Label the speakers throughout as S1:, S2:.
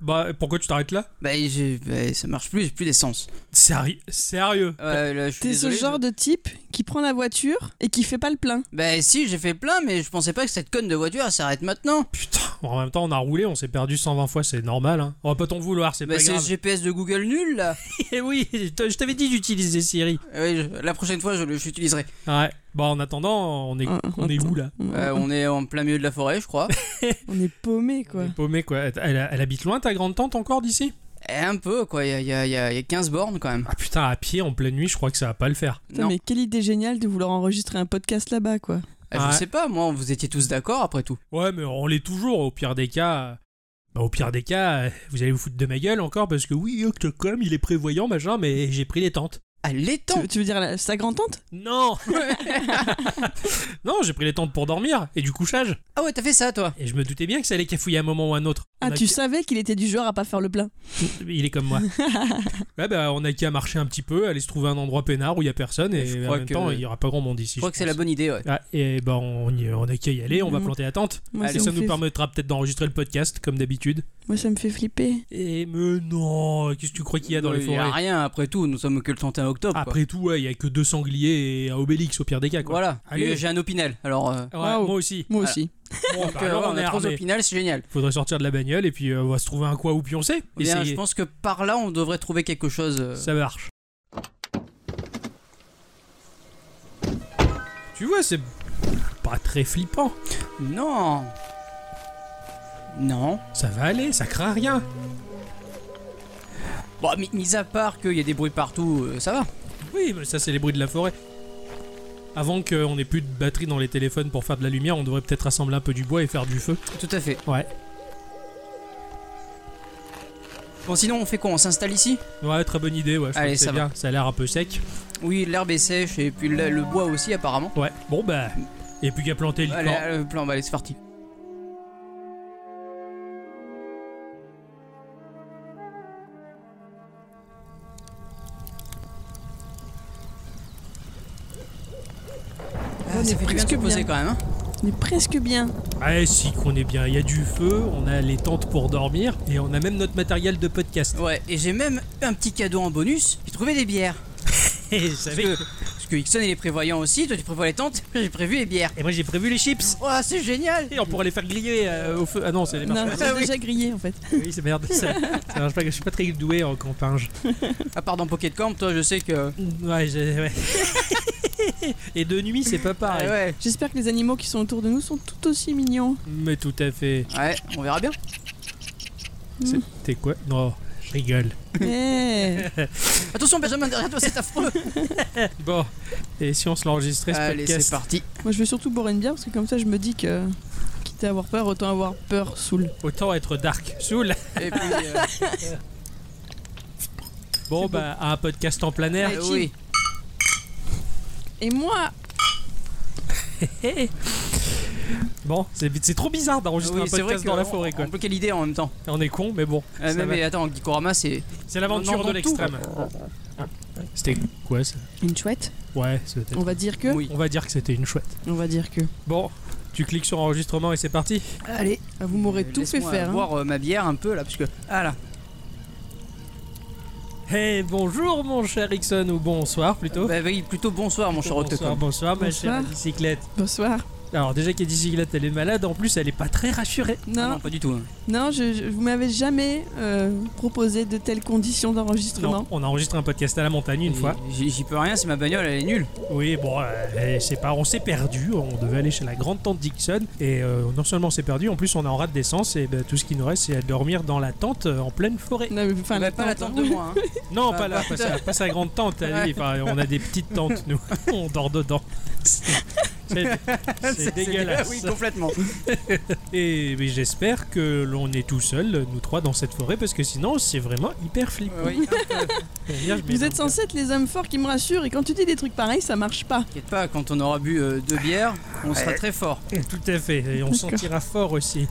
S1: Bah, pourquoi tu t'arrêtes là
S2: Bah, j'ai- bah, ça marche plus, j'ai plus d'essence.
S1: Sérieux Sérieux
S3: Ah.
S2: Ouais, là, je suis
S3: T'es ce
S2: désolé, je-
S3: genre de type qui prend la voiture et qui fait pas le plein.
S2: Bah si, j'ai fait plein, mais je pensais pas que cette conne de voiture elle s'arrête maintenant.
S1: Putain, bon, en même temps, on a roulé, on s'est perdu 120 fois, c'est normal. Hein. On va pas t'en vouloir, c'est
S2: Bah
S1: pas
S2: c'est le
S1: grave.
S2: GPS de Google nul là.
S1: Eh oui, je t'avais dit d'utiliser Siri.
S2: Ah oui, je- la prochaine fois je le- je l'utiliserai.
S1: Ouais. Bah, en attendant, on est,
S3: Ah,
S1: on est où là
S2: Euh, on est en plein milieu de la forêt, je crois.
S3: On est paumé quoi.
S1: On est paumé, quoi. Elle, elle habite loin, ta grande tante, encore d'ici
S2: Et Eh, un peu quoi, il y a, il y a- il y a- il y a 15 bornes quand même.
S1: Ah putain, à pied, en pleine nuit, je crois que ça va pas le faire.
S3: Putain,
S2: non,
S3: mais quelle idée géniale de vouloir enregistrer un podcast là-bas quoi.
S2: Ah, je
S1: Ouais.
S2: sais pas, moi vous étiez tous d'accord après tout.
S1: Ouais, mais on l'est toujours, au pire des cas. euh, Bah, au pire des cas, euh, vous allez vous foutre de ma gueule encore parce que oui, Octocom, il est prévoyant, machin, mais j'ai pris les tentes.
S2: À l'étang
S3: Tu, tu veux dire la- sa grand-tante
S1: Non Non, j'ai pris les tentes pour dormir et du couchage.
S2: Ah ouais, t'as fait ça toi
S1: Et je me doutais bien que ça allait cafouiller à un moment ou un autre.
S3: Ah,
S1: On a
S3: tu
S1: qu'à-
S3: savais qu'il était du genre à pas faire le plein.
S1: Il est comme moi. ouais, bah, on a qu'à marcher un petit peu, aller se trouver un endroit peinard où il y a personne et
S2: Je
S1: en
S2: crois
S1: même
S2: que-
S1: temps, il y aura pas grand monde ici.
S2: Je crois que c'est la bonne idée, ouais.
S1: Ah, et ben on, y- on a qu'à y aller, on va
S3: Mm.
S1: planter la tente.
S3: Moi,
S2: Allez,
S1: Et
S3: ça,
S1: ça
S3: me
S1: nous
S3: fait-
S1: permettra peut-être d'enregistrer le podcast comme d'habitude.
S3: moi, ça me fait flipper.
S1: Et mais non, qu'est-ce que tu crois qu'il y a dans les
S2: Euh, Il y a
S1: forêts
S2: rien après tout, nous sommes que le 31 octobre. quoi.
S1: Après tout, ouais, il y a que deux sangliers et un obélix au pire des cas quoi.
S2: Voilà,
S1: Allez.
S2: Et j'ai un opinel. Alors, euh,
S1: Ouais,
S3: Waouh.
S1: moi aussi.
S3: Moi
S2: Voilà.
S3: aussi.
S1: Bon,
S2: donc,
S1: bah,
S2: euh,
S1: alors, on
S2: on
S1: est
S2: a trois
S1: armé.
S2: opinels, c'est génial.
S1: Faudrait sortir de la bagnole et puis euh, on va se trouver un coin où pioncer.
S2: Eh bien,
S1: Essayez.
S2: je pense que par là on devrait trouver quelque chose. euh,
S1: Ça marche. Tu vois, c'est pas très flippant.
S2: Non Non
S1: Ça va aller, ça craint rien.
S2: Bon, mi- mis à part qu'il y a des bruits partout, euh, ça va.
S1: Oui, mais ça, c'est les bruits de la forêt. Avant qu'on ait plus de batterie dans les téléphones pour faire de la lumière, on devrait peut-être rassembler un peu du bois et faire du feu.
S2: Tout à fait.
S1: Ouais.
S2: Bon, sinon, on fait quoi On s'installe ici
S1: Ouais, très bonne idée, ouais. Je
S2: Allez,
S1: pense que
S2: ça
S1: c'est bien. Ça a l'air un peu sec.
S2: Oui, l'herbe est sèche et puis le, le bois aussi, apparemment.
S1: Ouais, bon bah. Et puis qu'à planter le
S2: Allez,
S1: camp.
S2: allez, plan, bah, allez, c'est parti.
S3: on
S2: Ah,
S3: est
S2: ça fait du bien de se
S3: presque
S2: poser
S3: bien.
S2: quand même. hein.
S3: On est presque bien.
S1: Ouais, Ah, si qu'on est bien. Il y a du feu, on a les tentes pour dormir et on a même notre matériel de podcast.
S2: Ouais, et j'ai même eu un petit cadeau en bonus. J'ai trouvé des bières.
S1: Et, Eh, ça fait-
S2: Parce que Ixon il est prévoyant aussi, toi tu prévois les tentes, j'ai prévu les bières.
S1: et moi j'ai prévu les chips.
S2: Oh, c'est génial
S1: Et on pourrait les faire griller euh, au feu. Ah non, c'est les marches.
S3: Non,
S2: Ah
S3: j'ai
S2: oui.
S3: déjà grillé en fait.
S1: Oui, c'est merde. Ça, ça marche pas. Je suis pas très doué en campinge.
S2: À part dans Pocket Camp, toi je sais que.
S1: Ouais, j'ai- ouais. et de nuit, c'est pas
S2: Ah,
S1: pareil.
S2: ouais.
S3: J'espère que les animaux qui sont autour de nous sont tout aussi mignons.
S1: Mais tout à fait.
S2: ouais, on verra bien.
S1: C'est- T'es quoi Non, je rigole.
S3: Eh,
S2: Attention Benjamin, derrière toi c'est affreux
S1: Bon, et si on se l'enregistrait ce
S2: Allez, c'est
S1: podcast
S2: parti.
S3: Moi, je vais surtout boire une bière parce que comme ça, je me dis que quitte à avoir peur, autant avoir peur saoul.
S1: Autant être dark. Soul
S2: Et puis. euh,
S1: Bon, bah, un podcast en plein air.
S2: euh, oui.
S3: Et moi,
S1: Bon, c'est c'est trop bizarre d'enregistrer
S2: Ah Oui,
S1: un podcast dans la
S2: on-
S1: forêt, quoi.
S2: On peut quelle idée en même temps.
S1: On est con, mais bon.
S2: Euh,
S1: ça
S2: mais,
S1: va.
S2: mais attends, Gikorama c'est.
S1: C'est
S2: on
S1: l'aventure
S2: entend
S1: de l'extrême. C'était quoi ça
S3: une chouette.
S1: Ouais, c'était.
S3: On va dire que.
S2: Oui.
S1: On va dire que c'était une chouette.
S3: On va dire que.
S1: Bon, tu cliques sur enregistrement et c'est parti.
S2: Allez,
S3: Ah, vous m'aurez tout fait faire. hein.
S2: voir euh, ma bière un peu là, parce que. Ah là,
S1: Hey, bonjour mon cher Ixon, ou bonsoir plutôt.
S2: bah oui, plutôt bonsoir mon cher
S1: Oh. bonsoir,
S2: Octocom.
S1: bonsoir, ma chère
S3: Bonsoir.
S1: bicyclette.
S3: Bonsoir.
S1: Alors déjà que bicyclette elle est malade, en plus elle est pas très rassurée.
S2: Ah
S3: Non,
S2: non, pas du tout. hein.
S3: non, je, je- vous m'avez jamais euh, proposé de telles conditions d'enregistrement.
S1: Non, on a enregistré un podcast à la montagne une
S2: Et
S1: fois.
S2: J'y j'y peux rien, c'est ma bagnole, elle est nulle.
S1: Oui, bon, euh, eh, c'est pas, on s'est perdu, on devait aller chez la grande tante Dixon et euh, non seulement on s'est perdu, en plus on est en rate d'essence et bah, tout ce qui nous reste c'est à dormir dans la tente euh, en pleine forêt.
S3: Non, mais, enfin,
S2: Bah, pas l'attente de
S3: oui.
S2: moi. hein.
S1: Non,
S2: Bah,
S1: pas la,
S2: bah,
S1: pas sa, pas sa grande tente, elle,
S2: Ouais.
S1: enfin, on a des petites tentes nous, on dort dedans. C'est- C'est c'est dégueulasse.
S2: Oui, complètement.
S1: Et mais j'espère que l'on est tout seul, nous trois, dans cette forêt, parce que sinon, c'est vraiment hyper flippant.
S2: Euh, Oui, un peu.
S1: C'est-à-dire, je mets
S3: Vous êtes
S1: donc,
S3: censés être les hommes forts qui me rassurent et quand tu dis des trucs pareils, ça marche pas.
S2: T'inquiète pas, quand on aura bu euh, deux bières, on sera très fort.
S1: euh, Tout à fait, et on
S3: D'accord.
S1: sentira fort aussi.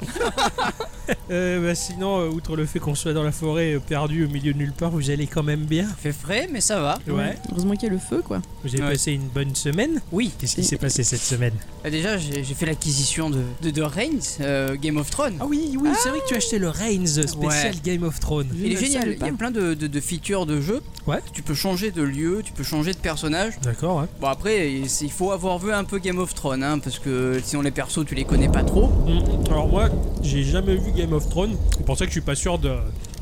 S1: Euh, bah, sinon, euh, outre le fait qu'on soit dans la forêt euh, perdu au milieu de nulle part, vous allez quand même bien.
S2: Fait frais, mais ça va.
S1: Ouais.
S3: Heureusement qu'il y a le feu, quoi.
S1: Vous avez
S2: Ouais.
S1: passé une bonne semaine
S2: Oui.
S1: Qu'est-ce qui s'est passé cette semaine
S2: Bah, déjà, j'ai j'ai fait l'acquisition de, de, de Reigns, euh, Game of Thrones.
S1: Ah oui, oui, c'est vrai que tu as acheté le Reigns spécial
S2: Ouais.
S1: Game of Thrones.
S3: Je
S2: Il est
S3: ne savais
S2: génial, il y
S3: pas.
S2: a plein de, de, de features de jeu.
S1: Ouais.
S2: Tu peux changer de lieu, tu peux changer de personnage.
S1: D'accord, hein.
S2: Bon après, il il faut avoir vu un peu Game of Thrones, hein, parce que sinon les persos tu les connais pas trop.
S1: Mm. Alors moi, j'ai jamais vu Game of Thrones, c'est pour ça que je suis pas sûr de,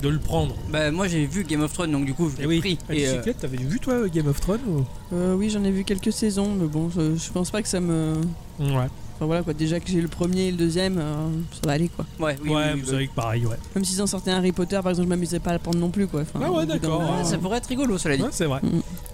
S1: de le prendre.
S2: Bah moi j'ai vu Game of Thrones, donc du coup je l'ai
S1: Eh oui,
S2: pris.
S1: à
S2: Et, euh,
S1: bicyclette, t'avais vu toi Game of Thrones ou...
S3: Euh, oui, j'en ai vu quelques saisons, mais bon, je, je pense pas que ça me.
S1: Ouais,
S3: Enfin voilà quoi, déjà que j'ai le premier et le deuxième, euh, ça va aller quoi.
S2: ouais, oui,
S1: ouais
S2: oui, oui,
S1: vous
S2: bah,
S1: savez que pareil, ouais.
S3: Même s'ils en sortaient un Harry Potter, par exemple, je m'amusais pas à le prendre non plus quoi. Enfin,
S1: Ah ouais,
S3: au bout d'un
S1: d'accord.
S3: moment, euh,
S2: ouais, ça pourrait être rigolo cela dit.
S1: Ouais, c'est vrai.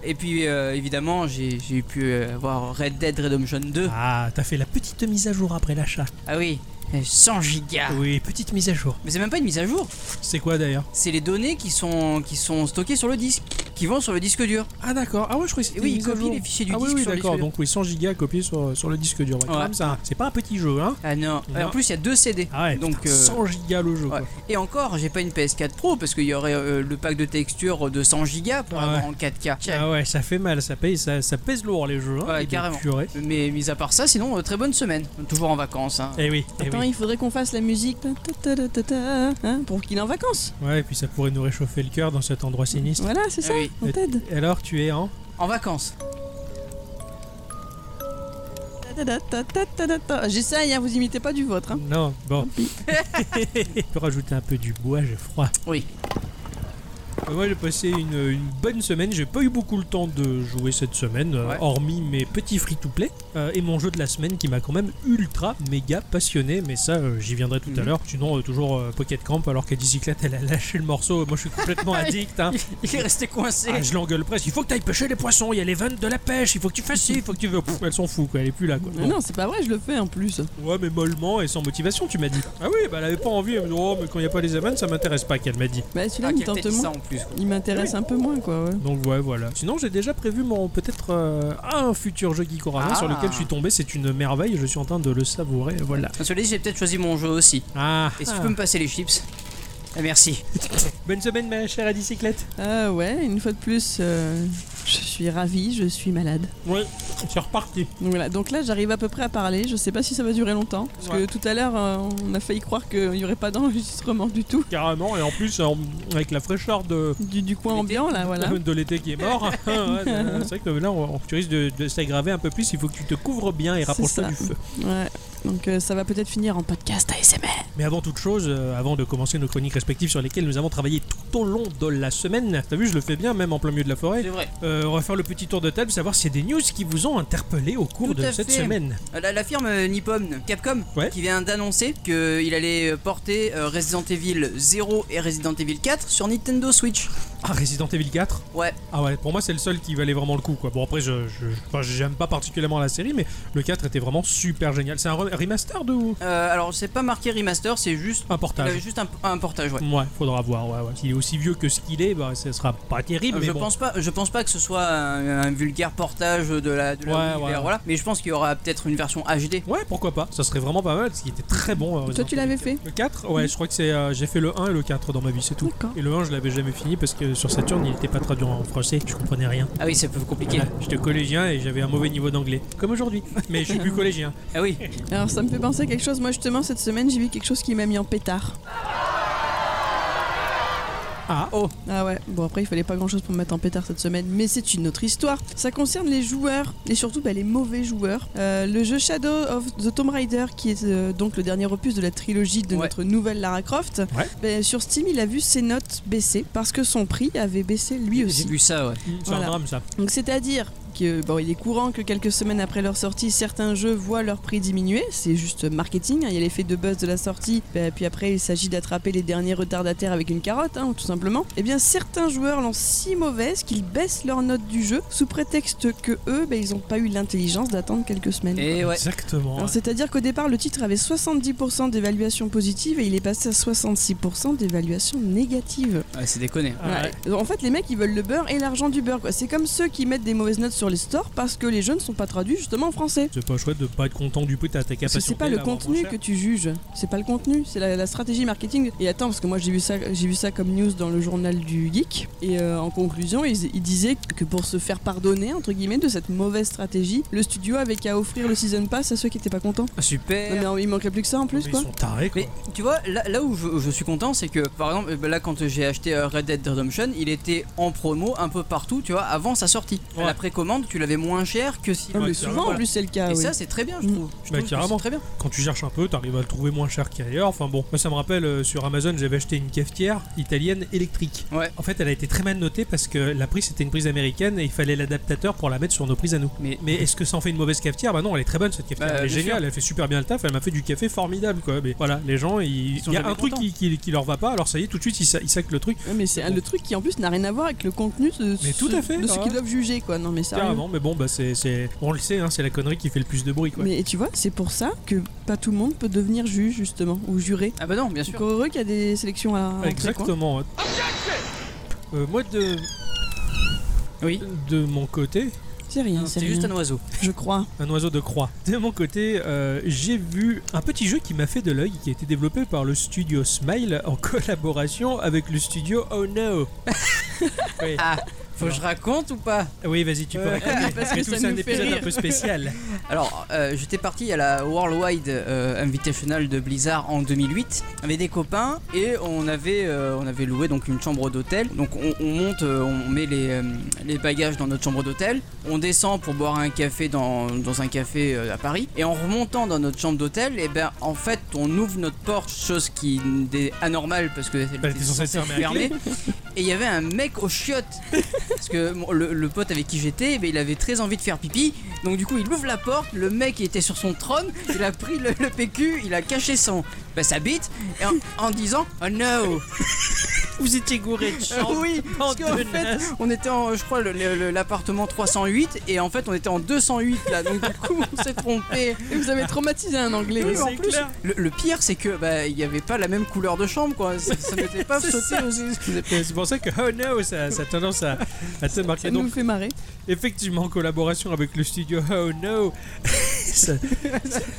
S2: Et puis euh, évidemment j'ai j'ai pu euh, avoir Red Dead Redemption 2. Ah,
S1: Ah, t'as fait la petite mise à jour après l'achat.
S2: oui, 100 gigas.
S1: Oui, petite mise à jour.
S2: Mais c'est même pas une mise à jour,
S1: C'est quoi d'ailleurs
S2: c'est les données qui sont, qui sont stockées sur le disque, qui vont sur le disque dur.
S1: Ah d'accord, ah ouais, je croyais que
S2: Et
S1: c'était
S2: oui,
S1: une
S2: ils
S1: mise à
S2: copient
S1: jour.
S2: les fichiers du
S1: Ah oui,
S2: disque
S1: oui,
S2: sur le disque
S1: d'accord,
S2: dur.
S1: donc oui, 100 gigas copiés sur, sur le disque dur. Ouais, quand
S2: Ouais.
S1: même, c'est un- c'est pas un petit jeu, hein
S2: Ah non.
S1: Non.
S2: en plus il y a deux CD.
S1: Ah ouais,
S2: donc
S1: putain, 100
S2: euh,
S1: gigas le jeu,
S2: ouais.
S1: quoi.
S2: et encore, j'ai pas une PS4 Pro parce qu'il y aurait euh, le pack de textures de 100 Go pour
S1: Ah
S2: avoir
S1: ouais.
S2: en 4K.
S1: Ah ouais, ça fait mal, ça pèse, ça, ça pèse lourd les jeux. Hein,
S2: Ouais,
S1: et des
S2: carrément.
S1: purées.
S2: Mais mis à part ça, sinon euh, très bonne semaine. Toujours en vacances. Hein.
S1: Eh oui, eh
S3: Attends,
S1: oui.
S3: il faudrait qu'on fasse la musique ta ta ta ta ta, hein, pour qu'il est en vacances.
S1: Ouais, et puis ça pourrait nous réchauffer le cœur dans cet endroit sinistre.
S3: Voilà, c'est
S2: Ah
S3: ça,
S2: oui.
S3: on t'aide.
S1: Alors, tu es en
S2: En vacances.
S3: Ta ta ta ta ta ta ta. J'essaye, hein, vous imitez pas du vôtre. Hein.
S1: Non, bon. Tu peux rajouter un peu du bois, j'ai froid.
S2: Oui.
S1: Euh, Moi j'ai passé une, une bonne semaine, j'ai pas eu beaucoup le temps de jouer cette semaine, euh,
S2: Ouais.
S1: hormis mes petits free-to-play euh, et mon jeu de la semaine qui m'a quand même ultra méga passionné, mais ça euh, j'y viendrai tout à
S2: Mhm.
S1: l'heure. Sinon euh, toujours euh, Pocket Camp alors qu'à bicyclette elle a lâché le morceau, moi je suis complètement addict. hein.
S2: Il est resté coincé.
S1: Ah, je l'engueule presque, il faut que t'ailles pêcher les poissons, il y a les vannes de la pêche, il faut que tu fasses ci, il faut que tu veux... Pff, elle s'en fout quoi, elle est plus là quoi.
S3: Mais
S1: Bon.
S3: non, c'est pas vrai, je le fais en plus.
S1: Ouais, mais mollement et sans motivation, tu m'as dit. Ah oui, bah elle avait pas envie. Elle me dit, oh, mais quand il n'y a pas les events, ça m'intéresse pas qu'elle m'a dit.
S3: Bah
S2: Ah,
S3: celui-là il
S2: quel
S3: me tente
S2: tête, ça
S3: moins.
S2: en plus. quoi.
S3: Il m'intéresse un peu moins quoi. Ouais.
S1: Donc, ouais, voilà. Sinon, j'ai déjà prévu mon peut-être euh, un futur jeu Geekorama
S2: Ah.
S1: sur lequel je suis tombé. C'est une merveille, je suis en train de le savourer. Voilà.
S2: Cela dit, j'ai peut-être choisi mon jeu aussi.
S1: Ah,
S2: Et si
S1: ah.
S2: tu peux me passer les chips Ah, Merci.
S1: bonne semaine, ma chère à bicyclette.
S3: Ah ouais, une fois de plus, euh, je suis ravie, je suis malade.
S1: Ouais, c'est reparti.
S3: Donc voilà, donc là j'arrive à peu près à parler, je sais pas si ça va durer longtemps, parce
S1: Ouais.
S3: que tout à l'heure euh, on a failli croire qu'il y aurait pas d'enregistrement du tout,
S1: Carrément, et en plus, en- avec la fraîcheur de.
S3: du, du coin
S2: L'été.
S3: ambiant là, voilà.
S1: de l'été qui est mort. Ouais, c'est vrai que là, on, tu risques de, de s'aggraver un peu plus. Il faut que tu te couvres bien et
S3: C'est
S1: rapproche-toi
S3: ça.
S1: du feu.
S3: Ouais, donc euh, ça va peut-être finir en podcast ASMR.
S1: Mais avant toute chose, euh, avant de commencer nos chroniques respectives sur lesquelles nous avons travaillé tout au long de la semaine, t'as vu, je le fais bien, même en plein milieu de la forêt,
S2: C'est vrai.
S1: euh, on va faire le petit tour de table, savoir s'il y a des news qui vous ont interpellé au cours
S2: Tout
S1: de
S2: à
S1: cette
S2: fait.
S1: semaine.
S2: La, la firme euh, Nippon Capcom
S1: Ouais.
S2: qui vient d'annoncer qu'il allait porter euh, Resident Evil 0 et Resident Evil 4 sur Nintendo Switch.
S1: Ah, Resident Evil 4
S2: Ouais.
S1: Ah ouais, pour moi, c'est le seul qui valait vraiment le coup, quoi. Bon, après, je, je- enfin, j'aime pas particulièrement la série, mais le 4 était vraiment super génial. C'est un re- remaster de ou
S2: Euh, alors c'est pas marqué remaster, c'est juste,
S1: un
S2: il
S1: portage
S2: avait juste un, un portage, ouais.
S1: Ouais, faudra voir, ouais, ouais. S'il est aussi vieux que ce qu'il est, bah, ça sera pas terrible,
S2: Euh,
S1: mais
S2: Je
S1: bon.
S2: pense pas, je pense pas que ce soit un, un vulgaire portage de la, de la
S1: Ouais,
S2: Wii
S1: ouais.
S2: vers- voilà. Mais je pense qu'il y aura peut-être une version HD.
S1: Ouais, pourquoi pas, ça serait vraiment pas mal, ce qui était très bon. euh,
S3: Toi
S1: Resident
S3: tu l'avais fait
S1: Le 4 Ouais, je crois que c'est. euh, j'ai fait le 1 et le 4 dans ma vie, c'est tout.
S3: D'accord.
S1: Et le 1, je l'avais jamais fini parce que sur Saturn, il était pas traduit en français, je comprenais rien.
S2: Ah oui, c'est peu compliqué.
S1: Voilà, J'étais collégien et j'avais un mauvais niveau d'anglais. Comme aujourd'hui. Mais je suis plus collégien.
S2: Ah oui.
S3: Alors ça me fait penser à quelque chose, moi justement cette semaine j'ai vu quelque chose qui m'a mis en pétard.
S1: Ah, oh
S3: Ah ouais, bon après il fallait pas grand chose pour me mettre en pétard cette semaine, mais c'est une autre histoire. Ça concerne les joueurs, et surtout bah, les mauvais joueurs. Euh, le jeu Shadow of the Tomb Raider, qui est euh, donc le dernier opus de la trilogie de
S2: Ouais.
S3: notre nouvelle Lara Croft,
S1: Ouais.
S3: bah, sur Steam il a vu ses notes baisser, parce que son prix avait baissé lui
S2: J'ai
S3: aussi.
S2: vu ça, ouais.
S1: C'est un
S3: Voilà.
S1: drame ça.
S3: Donc c'est-à-dire que, bon, il est courant que quelques semaines après leur sortie, certains jeux voient leur prix diminuer. C'est juste marketing. hein. Il y a l'effet de buzz de la sortie. bah, puis après, il s'agit d'attraper les derniers retardataires avec une carotte, hein, tout simplement. Eh bien, certains joueurs lancent si mauvaise qu'ils baissent leur note du jeu sous prétexte que eux, bah, ils n'ont pas eu l'intelligence d'attendre quelques semaines.
S2: Et ouais.
S1: Exactement.
S3: Alors, C'est-à-dire qu'au départ, le titre avait 70% d'évaluation positive et il est passé à 66% d'évaluation négative.
S2: Ah, c'est déconné.
S1: Ah, ouais.
S3: Ouais. En fait, les mecs, ils veulent le beurre et l'argent du beurre. quoi. C'est comme ceux qui mettent des mauvaises notes sur les stores parce que les jeux ne sont pas traduits justement en français.
S1: C'est pas chouette de pas être content du prix, t'as ta
S3: Parce que
S1: capacité.
S3: c'est pas le contenu que tu juges, c'est pas le contenu, c'est la, la stratégie marketing. Et attends, parce que moi j'ai vu ça, j'ai vu ça comme news dans le journal du geek. Et euh, en conclusion, ils, ils disaient que pour se faire pardonner entre guillemets de cette mauvaise stratégie, le studio avait qu'à offrir le season pass à ceux qui étaient pas contents.
S2: Ah, Super.
S3: Non, mais il manquerait plus que ça en plus
S1: Ils
S3: quoi.
S1: sont tarés quoi.
S2: Mais tu vois, là, là où je, je suis content, c'est que par exemple, euh, là quand j'ai acheté euh, Red Dead Redemption, il était en promo un peu partout, tu vois, avant sa sortie.
S1: Ouais.
S2: La précommande, tu l'avais moins cher que si.
S3: Ah, mais
S1: Ouais,
S3: souvent
S1: carrément.
S3: en plus c'est le
S2: Et
S3: cas. ouais.
S2: ça, c'est très bien, je
S3: Mm.
S2: trouve. Je
S1: Bah,
S2: trouve que
S1: carrément.
S2: c'est très bien.
S1: Quand tu cherches un peu, t'arrives à le trouver moins cher qu'ailleurs. Enfin bon, moi ça me rappelle euh, sur Amazon, j'avais acheté une cafetière italienne électrique.
S2: Ouais.
S1: En fait, elle a été très mal notée parce que la prise c'était une prise américaine et il fallait l'adaptateur pour la mettre sur nos prises à nous.
S2: Mais
S1: Mais est-ce que ça en fait une mauvaise cafetière Bah non, elle est très bonne cette cafetière.
S2: Bah,
S1: elle est
S2: bien
S1: géniale,
S2: sûr.
S1: elle fait super bien le taf, elle m'a fait du café formidable quoi. Mais voilà, les gens, ils-
S2: sont
S1: il y a
S2: jamais
S1: un truc
S2: contents.
S1: qui, qui- qui leur va pas, alors ça y est, tout de suite ils, sa- ils sacent le truc.
S3: Ouais, mais c'est un- le truc qui en plus n'a rien à voir avec le contenu de,
S1: Mais
S3: ce-
S1: tout à fait, bah
S3: de ce
S1: ouais.
S3: qu'ils doivent juger quoi. Non mais sérieux.
S1: Carrément, mais bon, bah c'est. c'est- On le sait, hein, c'est la connerie qui fait le plus de bruit quoi.
S3: Mais et tu vois, c'est pour ça que pas tout le monde peut devenir juge justement ou juré.
S2: ah bah non, bien sûr.
S3: Encore heureux qu'il y a des sélections à rentrer, quoi.
S1: Exactement. ouais. Euh, moi de.
S2: Oui.
S1: De mon côté,
S3: C'est rien, c'est
S2: C'est
S3: rien.
S2: juste un oiseau.
S3: Je crois.
S1: un oiseau de croix. De mon côté, euh, j'ai vu un petit jeu qui m'a fait de l'œil, qui a été développé par le studio Smile en collaboration avec le studio Oh No. oui,
S2: Faut que je raconte ou pas
S1: Ah Oui, vas-y, tu peux
S2: Euh,
S1: raconter.
S3: parce
S1: Mais
S3: que
S1: tout
S3: ça
S1: c'est un
S3: nous fait
S1: épisode
S3: rire.
S1: un peu spécial.
S2: Alors, euh, j'étais parti à la Worldwide euh, Invitational de Blizzard en 2008 avec des copains et on avait, euh, on avait loué donc une chambre d'hôtel. Donc on, on monte, euh, on met les, euh, les bagages dans notre chambre d'hôtel, on descend pour boire un café dans, dans un café euh, à Paris et en remontant dans notre chambre d'hôtel, et ben en fait on ouvre notre porte, chose qui est anormale parce que elle
S1: était censée Bah, être fermée à clé.
S2: et il y avait un mec aux chiottes. Parce que mon- le, le pote avec qui j'étais, eh ben, il avait très envie de faire pipi. Donc du coup, il ouvre la porte, le mec il était sur son trône, il a pris le, le PQ, il a caché son bah, sa bite et en, en disant "Oh no".
S1: Vous étiez gouré de
S2: Euh, oui, parce qu'en fait, on était en je crois le- le- le- l'appartement 308 et en fait, on était en 208 là. Donc du coup, on s'est trompé.
S3: Et vous avez traumatisé un anglais.
S1: Oui,
S2: Et en
S1: c'est
S2: plus,
S1: clair.
S2: le, le pire c'est que bah il y avait pas la même couleur de chambre quoi. Ça, ça m'était pas
S1: C'est
S2: sauté
S1: ça.
S2: aux yeux.
S1: C'est pour ça que Oh No, ça, ça a tendance à, à te marquer.
S3: Ça
S1: Donc,
S3: nous fait marrer.
S1: effectivement en collaboration avec le studio Oh No. ça,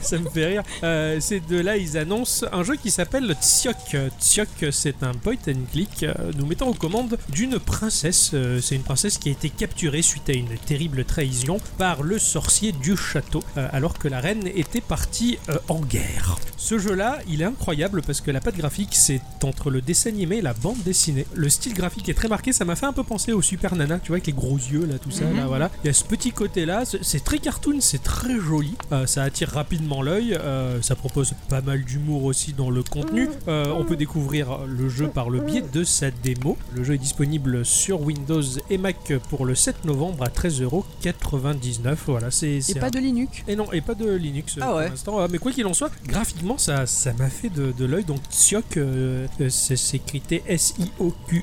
S1: ça me fait rire. Euh, ces deux-là, ils annoncent un jeu qui s'appelle Tsyok. Tsyok, c'est un point and click. euh, Nous mettons aux commandes d'une princesse. Euh, C'est une princesse qui a été capturée suite à une terrible trahison par le sorcier du château, euh, alors que la reine était partie euh, en guerre. Ce jeu-là, il est incroyable parce que la patte graphique, c'est entre le dessin animé et la bande dessinée. Le style graphique est très marqué, ça m'a fait un peu penser au Super Nana, tu vois, avec les gros yeux, là, tout ça,
S2: Mhm.
S1: là, voilà. Il y a ce petit côté-là, c'est- c'est très cartoon, c'est très joli, Euh, ça attire rapidement l'œil, euh, ça propose pas mal d'humour aussi dans le contenu.
S3: Mhm.
S1: Euh, on peut découvrir le jeu par le biais de sa démo. Le jeu est disponible sur Windows et Mac pour le 7 novembre à 13,99€. Voilà, c'est
S3: Et
S1: c'est
S3: pas de Linux.
S1: et non, et pas de Linux euh,
S2: Ah ouais.
S1: pour l'instant. Ah, Mais quoi qu'il en soit, graphiquement, ça ça m'a fait de, de l'œil. Donc, Tsioc, euh, euh, c'est c'est écrit S-I-O-Q-U-E.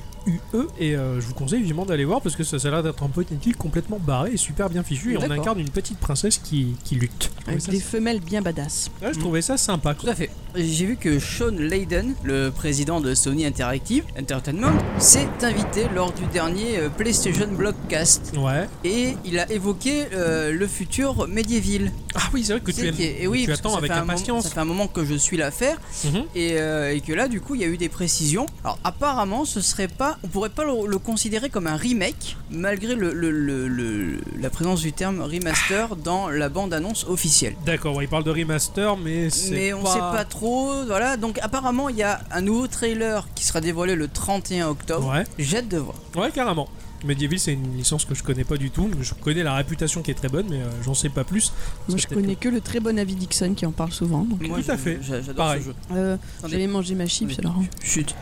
S1: Et euh, je vous conseille vivement d'aller voir parce que ça, ça a l'air d'être un peu technique complètement barré et super bien fichu. Et on
S2: D'accord. Ah,
S1: incarne une petite princesse qui, qui lutte. Je trouvais
S3: Avec
S1: ça-
S3: des femelles bien badass.
S1: Ouais, je trouvais ça sympa.
S2: Tout à fait. J'ai vu que Sean Layden, le président de Sony Interactive Entertainment, s'est invité lors du dernier euh, PlayStation Blockcast
S1: Ouais.
S2: et il a évoqué euh, le futur médiéville.
S1: Ah oui, c'est vrai que tu, aimes-
S2: et eh oui,
S1: tu
S2: parce que
S1: attends
S2: ça
S1: avec
S2: fait un moment-
S1: impatience.
S2: ça fait un moment que je suis l'affaire
S1: Mhm.
S2: et, euh, et que là, du coup, il y a eu des précisions. Alors, apparemment, ce serait pas, on pourrait pas le, le considérer comme un remake, malgré le, le- le- le- la présence du terme remaster dans la bande-annonce officielle.
S1: D'accord, ouais, il parle de remaster, mais c'est.
S2: mais on sait pas trop. Voilà, donc apparemment il y a un nouveau trailer qui sera dévoilé le 31 octobre.
S1: Ouais.
S2: J'ai hâte de voir.
S1: Ouais, carrément. Medieval, c'est une licence que je connais pas du tout. Je connais la réputation qui est très bonne, mais euh, j'en sais pas plus.
S3: Moi je
S1: peut-être
S3: connais que le très bon avis Dixon qui en parle souvent. donc.
S2: Moi,
S1: Tout à
S2: je-
S1: fait.
S2: j'a- J'adore
S1: Pareil.
S2: ce jeu.
S3: Euh,
S2: Attendez.
S3: J'avais mangé ma chips
S2: Oui.
S3: alors. hein.
S2: Chut.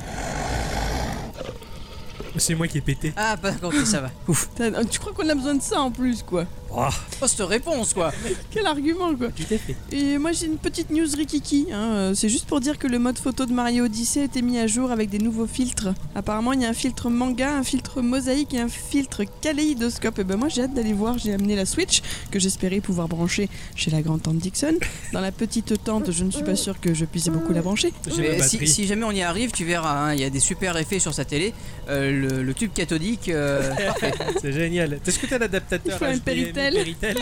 S1: C'est moi qui ai pété.
S2: Ah, pas d'accord, ok, ça va. Ouf.
S3: T'as- Tu crois qu'on a besoin de ça en plus, quoi
S1: Oh,
S2: Oh, cette réponse, quoi.
S3: Quel argument, quoi
S1: tout à fait.
S3: Et moi j'ai une petite news rikiki, hein, euh, c'est juste pour dire que le mode photo de Mario Odyssey a été mis à jour avec des nouveaux filtres. Apparemment il y a un filtre manga, un filtre mosaïque et un filtre kaléidoscope. Et ben moi j'ai hâte d'aller voir, j'ai amené la Switch que j'espérais pouvoir brancher chez la grande tante Dixon. Dans la petite tente je ne suis pas sûre que je puisse beaucoup la brancher.
S1: J'ai
S2: Mais
S1: ma
S2: si,
S1: batterie.
S2: si jamais on y arrive, tu verras, hein, il y a des super effets sur sa télé. Euh, le, le tube cathodique. euh,
S1: C'est génial. Est-ce que t'as l'adaptateur
S3: Il faut un
S1: HDMI
S3: Péritel.
S1: Péritel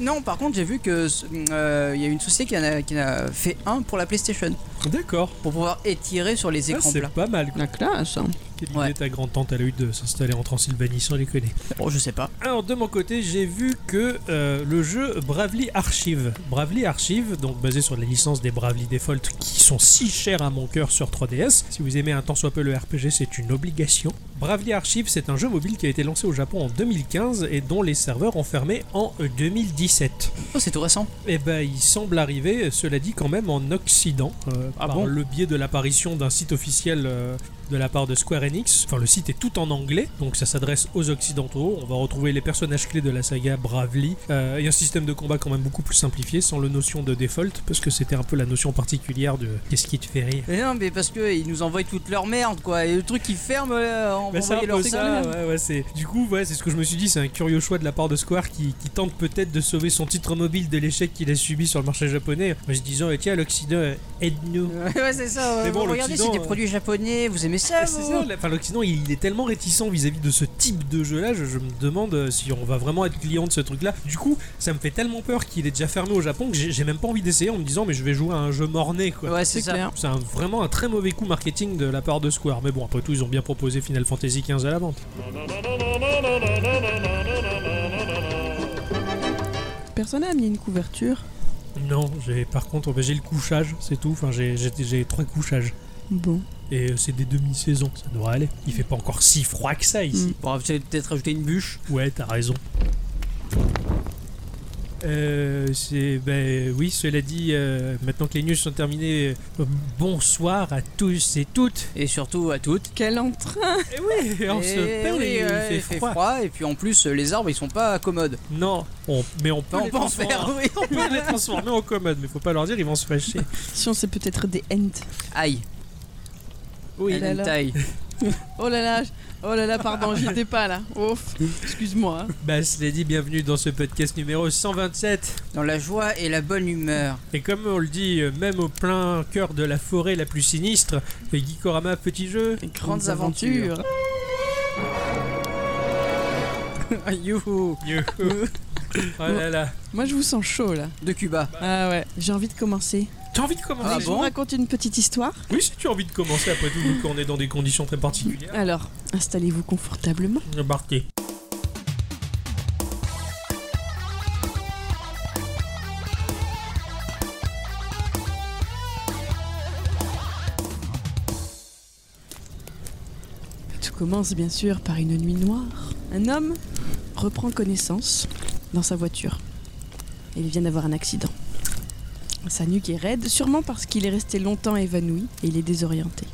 S2: non, par contre, j'ai vu que euh, il y a une société qui en, a, qui en a fait un pour la PlayStation
S1: D'accord.
S2: pour pouvoir étirer sur les
S1: Ah,
S2: écrans
S1: c'est
S2: plats.
S1: pas mal.
S3: La classe hein.
S1: Quelle
S2: Ouais.
S1: idée ta grand-tante à a eu de s'installer en Transylvanie sans les connaître.
S2: Bon, Oh, je sais pas.
S1: Alors de mon côté, j'ai vu que euh, le jeu Bravely Archive, Bravely Archive, donc basé sur la licence des Bravely Default qui sont si chers à mon cœur sur 3DS. Si vous aimez un tant soit peu le RPG, c'est une obligation. Bravely Archive, c'est un jeu mobile qui a été lancé au Japon en 2015 et dont les serveurs ont fermé en 2017.
S2: Oh, c'est tout récent.
S1: Eh ben, il semble arriver, cela dit, quand même en Occident, euh,
S2: Ah
S1: par
S2: bon
S1: le biais de l'apparition d'un site officiel euh, de la part de Square Enix. Enfin, le site est tout en anglais, donc ça s'adresse aux Occidentaux. On va retrouver les personnages clés de la saga Bravely euh, et un système de combat quand même beaucoup plus simplifié, sans le notion de default, parce que c'était un peu la notion particulière de qu'est-ce qui te fait rire.
S2: Mais non, mais parce que ils nous envoient toute leur merde, quoi. Et le truc qui ferme, euh, on va
S1: Bah, c'est un peu
S2: envoyer leur hein.
S1: ça,
S2: signal.
S1: ouais, ouais, c'est... Du coup, ouais, c'est ce que je me suis dit, c'est un curieux choix de la part de Square qui, qui tente peut-être de sauver son titre mobile de l'échec qu'il a subi sur le marché japonais, en se disant, eh, tiens, l'Occident, euh, aide-nous.
S2: ouais, c'est ça.
S1: Mais bon,
S2: regardez, c'est
S1: l'Occident,
S2: des
S1: euh,
S2: produits japonais. Vous aimez ça,
S1: Ah, C'est
S2: vous
S1: ça, la- enfin, l'Occident il est tellement réticent vis-à-vis de ce type de jeu là, je, je me demande euh, si on va vraiment être client de ce truc là. Du coup, ça me fait tellement peur qu'il est déjà fermé au Japon que j'ai j'ai même pas envie d'essayer en me disant mais je vais jouer à un jeu morné quoi.
S2: Ouais,
S3: C'est
S2: c'est ça.
S3: clair.
S1: C'est un- vraiment un très mauvais coup marketing de la part de Square. Mais bon, après tout, ils ont bien proposé Final Fantasy XV à la vente.
S3: Personne n'a amené une couverture.
S1: Non, j'ai par contre, j'ai le couchage, c'est tout. Enfin, j'ai- j'ai j'ai trois couchages.
S3: Bon.
S1: Et euh, c'est des demi-saisons, ça devrait aller. Il fait pas encore si froid que ça ici.
S3: Mm.
S2: Bon, vous allez peut-être rajouter une bûche.
S1: Ouais, t'as raison. Euh, c'est ben oui, cela dit, euh, maintenant que les news sont terminées, euh, bonsoir à tous et toutes.
S2: Et surtout à toutes.
S3: Quel entrain
S1: Et oui, on se
S2: Eh
S1: perd,
S2: oui,
S1: il,
S2: ouais,
S1: fait, froid.
S2: Et puis en plus, euh, les arbres, ils sont pas commodes.
S1: Non, on, mais on peut,
S2: Enfin, on
S1: les
S2: peut en
S1: transformer-
S2: faire, oui.
S1: on peut les transformer en commode, mais faut pas leur dire, ils vont se fâcher.
S3: Si on sait peut-être des ents.
S2: Aïe.
S1: Oui.
S2: elle a une
S3: là là.
S2: taille.
S3: Oh là là, oh là là, pardon, j'y étais pas là. Ouf, excuse-moi.
S1: Bah, cela dit, bienvenue dans ce podcast numéro 127.
S2: Dans la joie et la bonne humeur.
S1: Et comme on le dit, euh, même au plein cœur de la forêt la plus sinistre, les Geekorama petit jeu.
S2: Grandes aventures. Youhou.
S1: Youhou. oh là là.
S3: Moi, je vous sens chaud là.
S2: De Cuba.
S3: Ah ouais, j'ai envie de commencer.
S1: T'as envie de commencer
S2: Ah
S3: je
S2: bon
S3: vous raconte une petite histoire.
S1: Oui, si tu as envie de commencer, après tout, vu qu'on est dans des conditions très particulières.
S3: Alors, installez-vous confortablement.
S1: Embarqué.
S3: Tout commence bien sûr par une nuit noire. Un homme reprend connaissance dans sa voiture. Il vient d'avoir un accident. Sa nuque est raide, sûrement parce qu'il est resté longtemps évanoui et il est désorienté.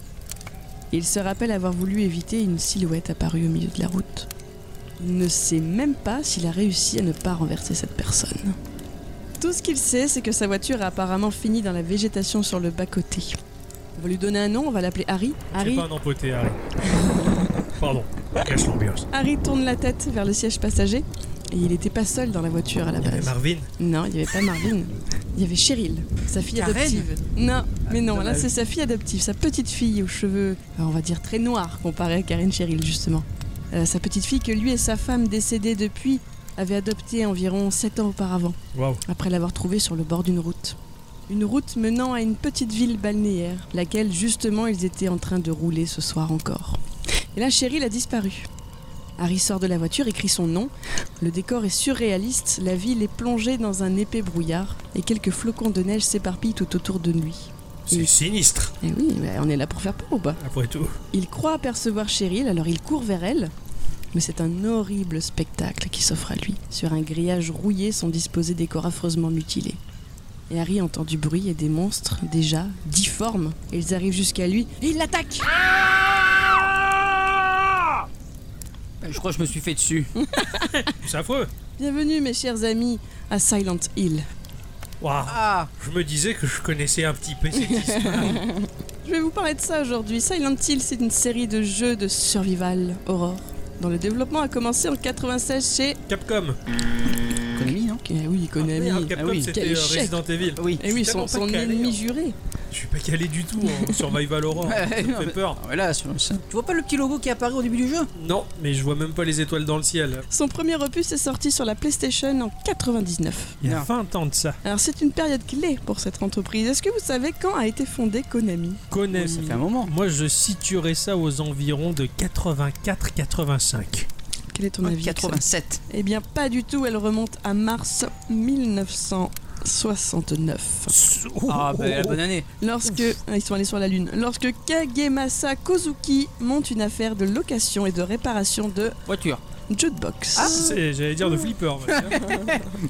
S3: Il se rappelle avoir voulu éviter une silhouette apparue au milieu de la route. Il ne sait même pas s'il a réussi à ne pas renverser cette personne. Tout ce qu'il sait, c'est que sa voiture a apparemment fini dans la végétation sur le bas-côté. On va lui donner un nom, on va l'appeler Harry.
S1: C'est
S2: Ah
S3: Harry,
S1: pas un empoté, Harry. Pardon. Cache l'ambiance.
S3: Harry tourne la tête vers le siège passager. Et il n'était pas seul dans la voiture à la
S1: Mais
S3: base.
S1: Marvin,
S3: Non, il n'y avait pas Marvin. Il y avait Cheryl, sa fille
S2: Karen
S3: adoptive. Non, mais non, là
S2: dommage.
S3: c'est sa fille adoptive, sa petite fille aux cheveux, enfin, on va dire très noirs comparée à Karen Cheryl justement. Euh, sa petite fille que lui et sa femme décédée depuis avaient adoptée environ 7 ans auparavant,
S1: waouh.
S3: après l'avoir trouvée sur le bord d'une route. Une route menant à une petite ville balnéaire, laquelle justement ils étaient en train de rouler ce soir encore. Et là, Cheryl a disparu. Harry sort de la voiture, écrit son nom. Le décor est surréaliste, la ville est plongée dans un épais brouillard et quelques flocons de neige s'éparpillent tout autour de lui.
S1: C'est
S3: Oui.
S1: sinistre,
S3: Et oui, bah, on est là pour faire peur ou pas
S1: après tout.
S3: Il croit apercevoir Cheryl, alors il court vers elle. Mais c'est un horrible spectacle qui s'offre à lui. Sur un grillage rouillé sont disposés des corps affreusement mutilés. Et Harry entend du bruit et des monstres, déjà, difformes. Et ils arrivent jusqu'à lui et ils l'attaquent
S2: Je crois que je me suis fait dessus.
S1: C'est affreux.
S3: Bienvenue mes chers amis à Silent Hill.
S1: Waouh,
S2: Ah
S1: je me disais que je connaissais un petit peu cette histoire.
S3: Je vais vous parler de ça aujourd'hui. Silent Hill, c'est une série de jeux de survival horror dont le développement a commencé en 96 chez
S1: Capcom.
S2: Konami, non
S3: Eh oui, Konami.
S1: Merde, Capcom,
S2: ah oui,
S1: c'était
S3: quel
S1: euh,
S3: échec.
S1: Resident Evil.
S2: Oui.
S3: Eh oui,
S1: Je suis tellement
S3: son, son
S1: pas calé,
S3: ennemi
S1: hein.
S3: juré.
S1: Je suis pas calé du tout en Survival Horror. ça
S2: Ouais,
S1: me
S2: non,
S1: fait
S2: mais-
S1: peur.
S2: Ah ouais, là, sur- ça- Tu vois pas le petit logo qui apparaît au début du jeu
S1: Non, mais je vois même pas les étoiles dans le ciel.
S3: Son premier opus est sorti sur la PlayStation en 99.
S1: Il y a
S2: Non.
S1: 20 ans de ça.
S3: Alors c'est une période clé pour cette entreprise. Est-ce que vous savez quand a été fondée Konami
S1: Konami.
S2: Oh, Ça fait un moment.
S1: Moi, je situerais ça aux environs de 84-85.
S3: Quel est ton avis Axel
S2: 87.
S3: Eh bien pas du tout, elle remonte à mars 1969.
S2: Ah,
S1: Oh,
S2: bah, la bonne année.
S3: Lorsque ah, ils sont allés sur la lune. Lorsque Kagemasa Kozuki monte une affaire de location et de réparation de
S2: Voiture.
S3: jukebox.
S2: ah.
S1: C'est- J'allais dire de flipper. moi.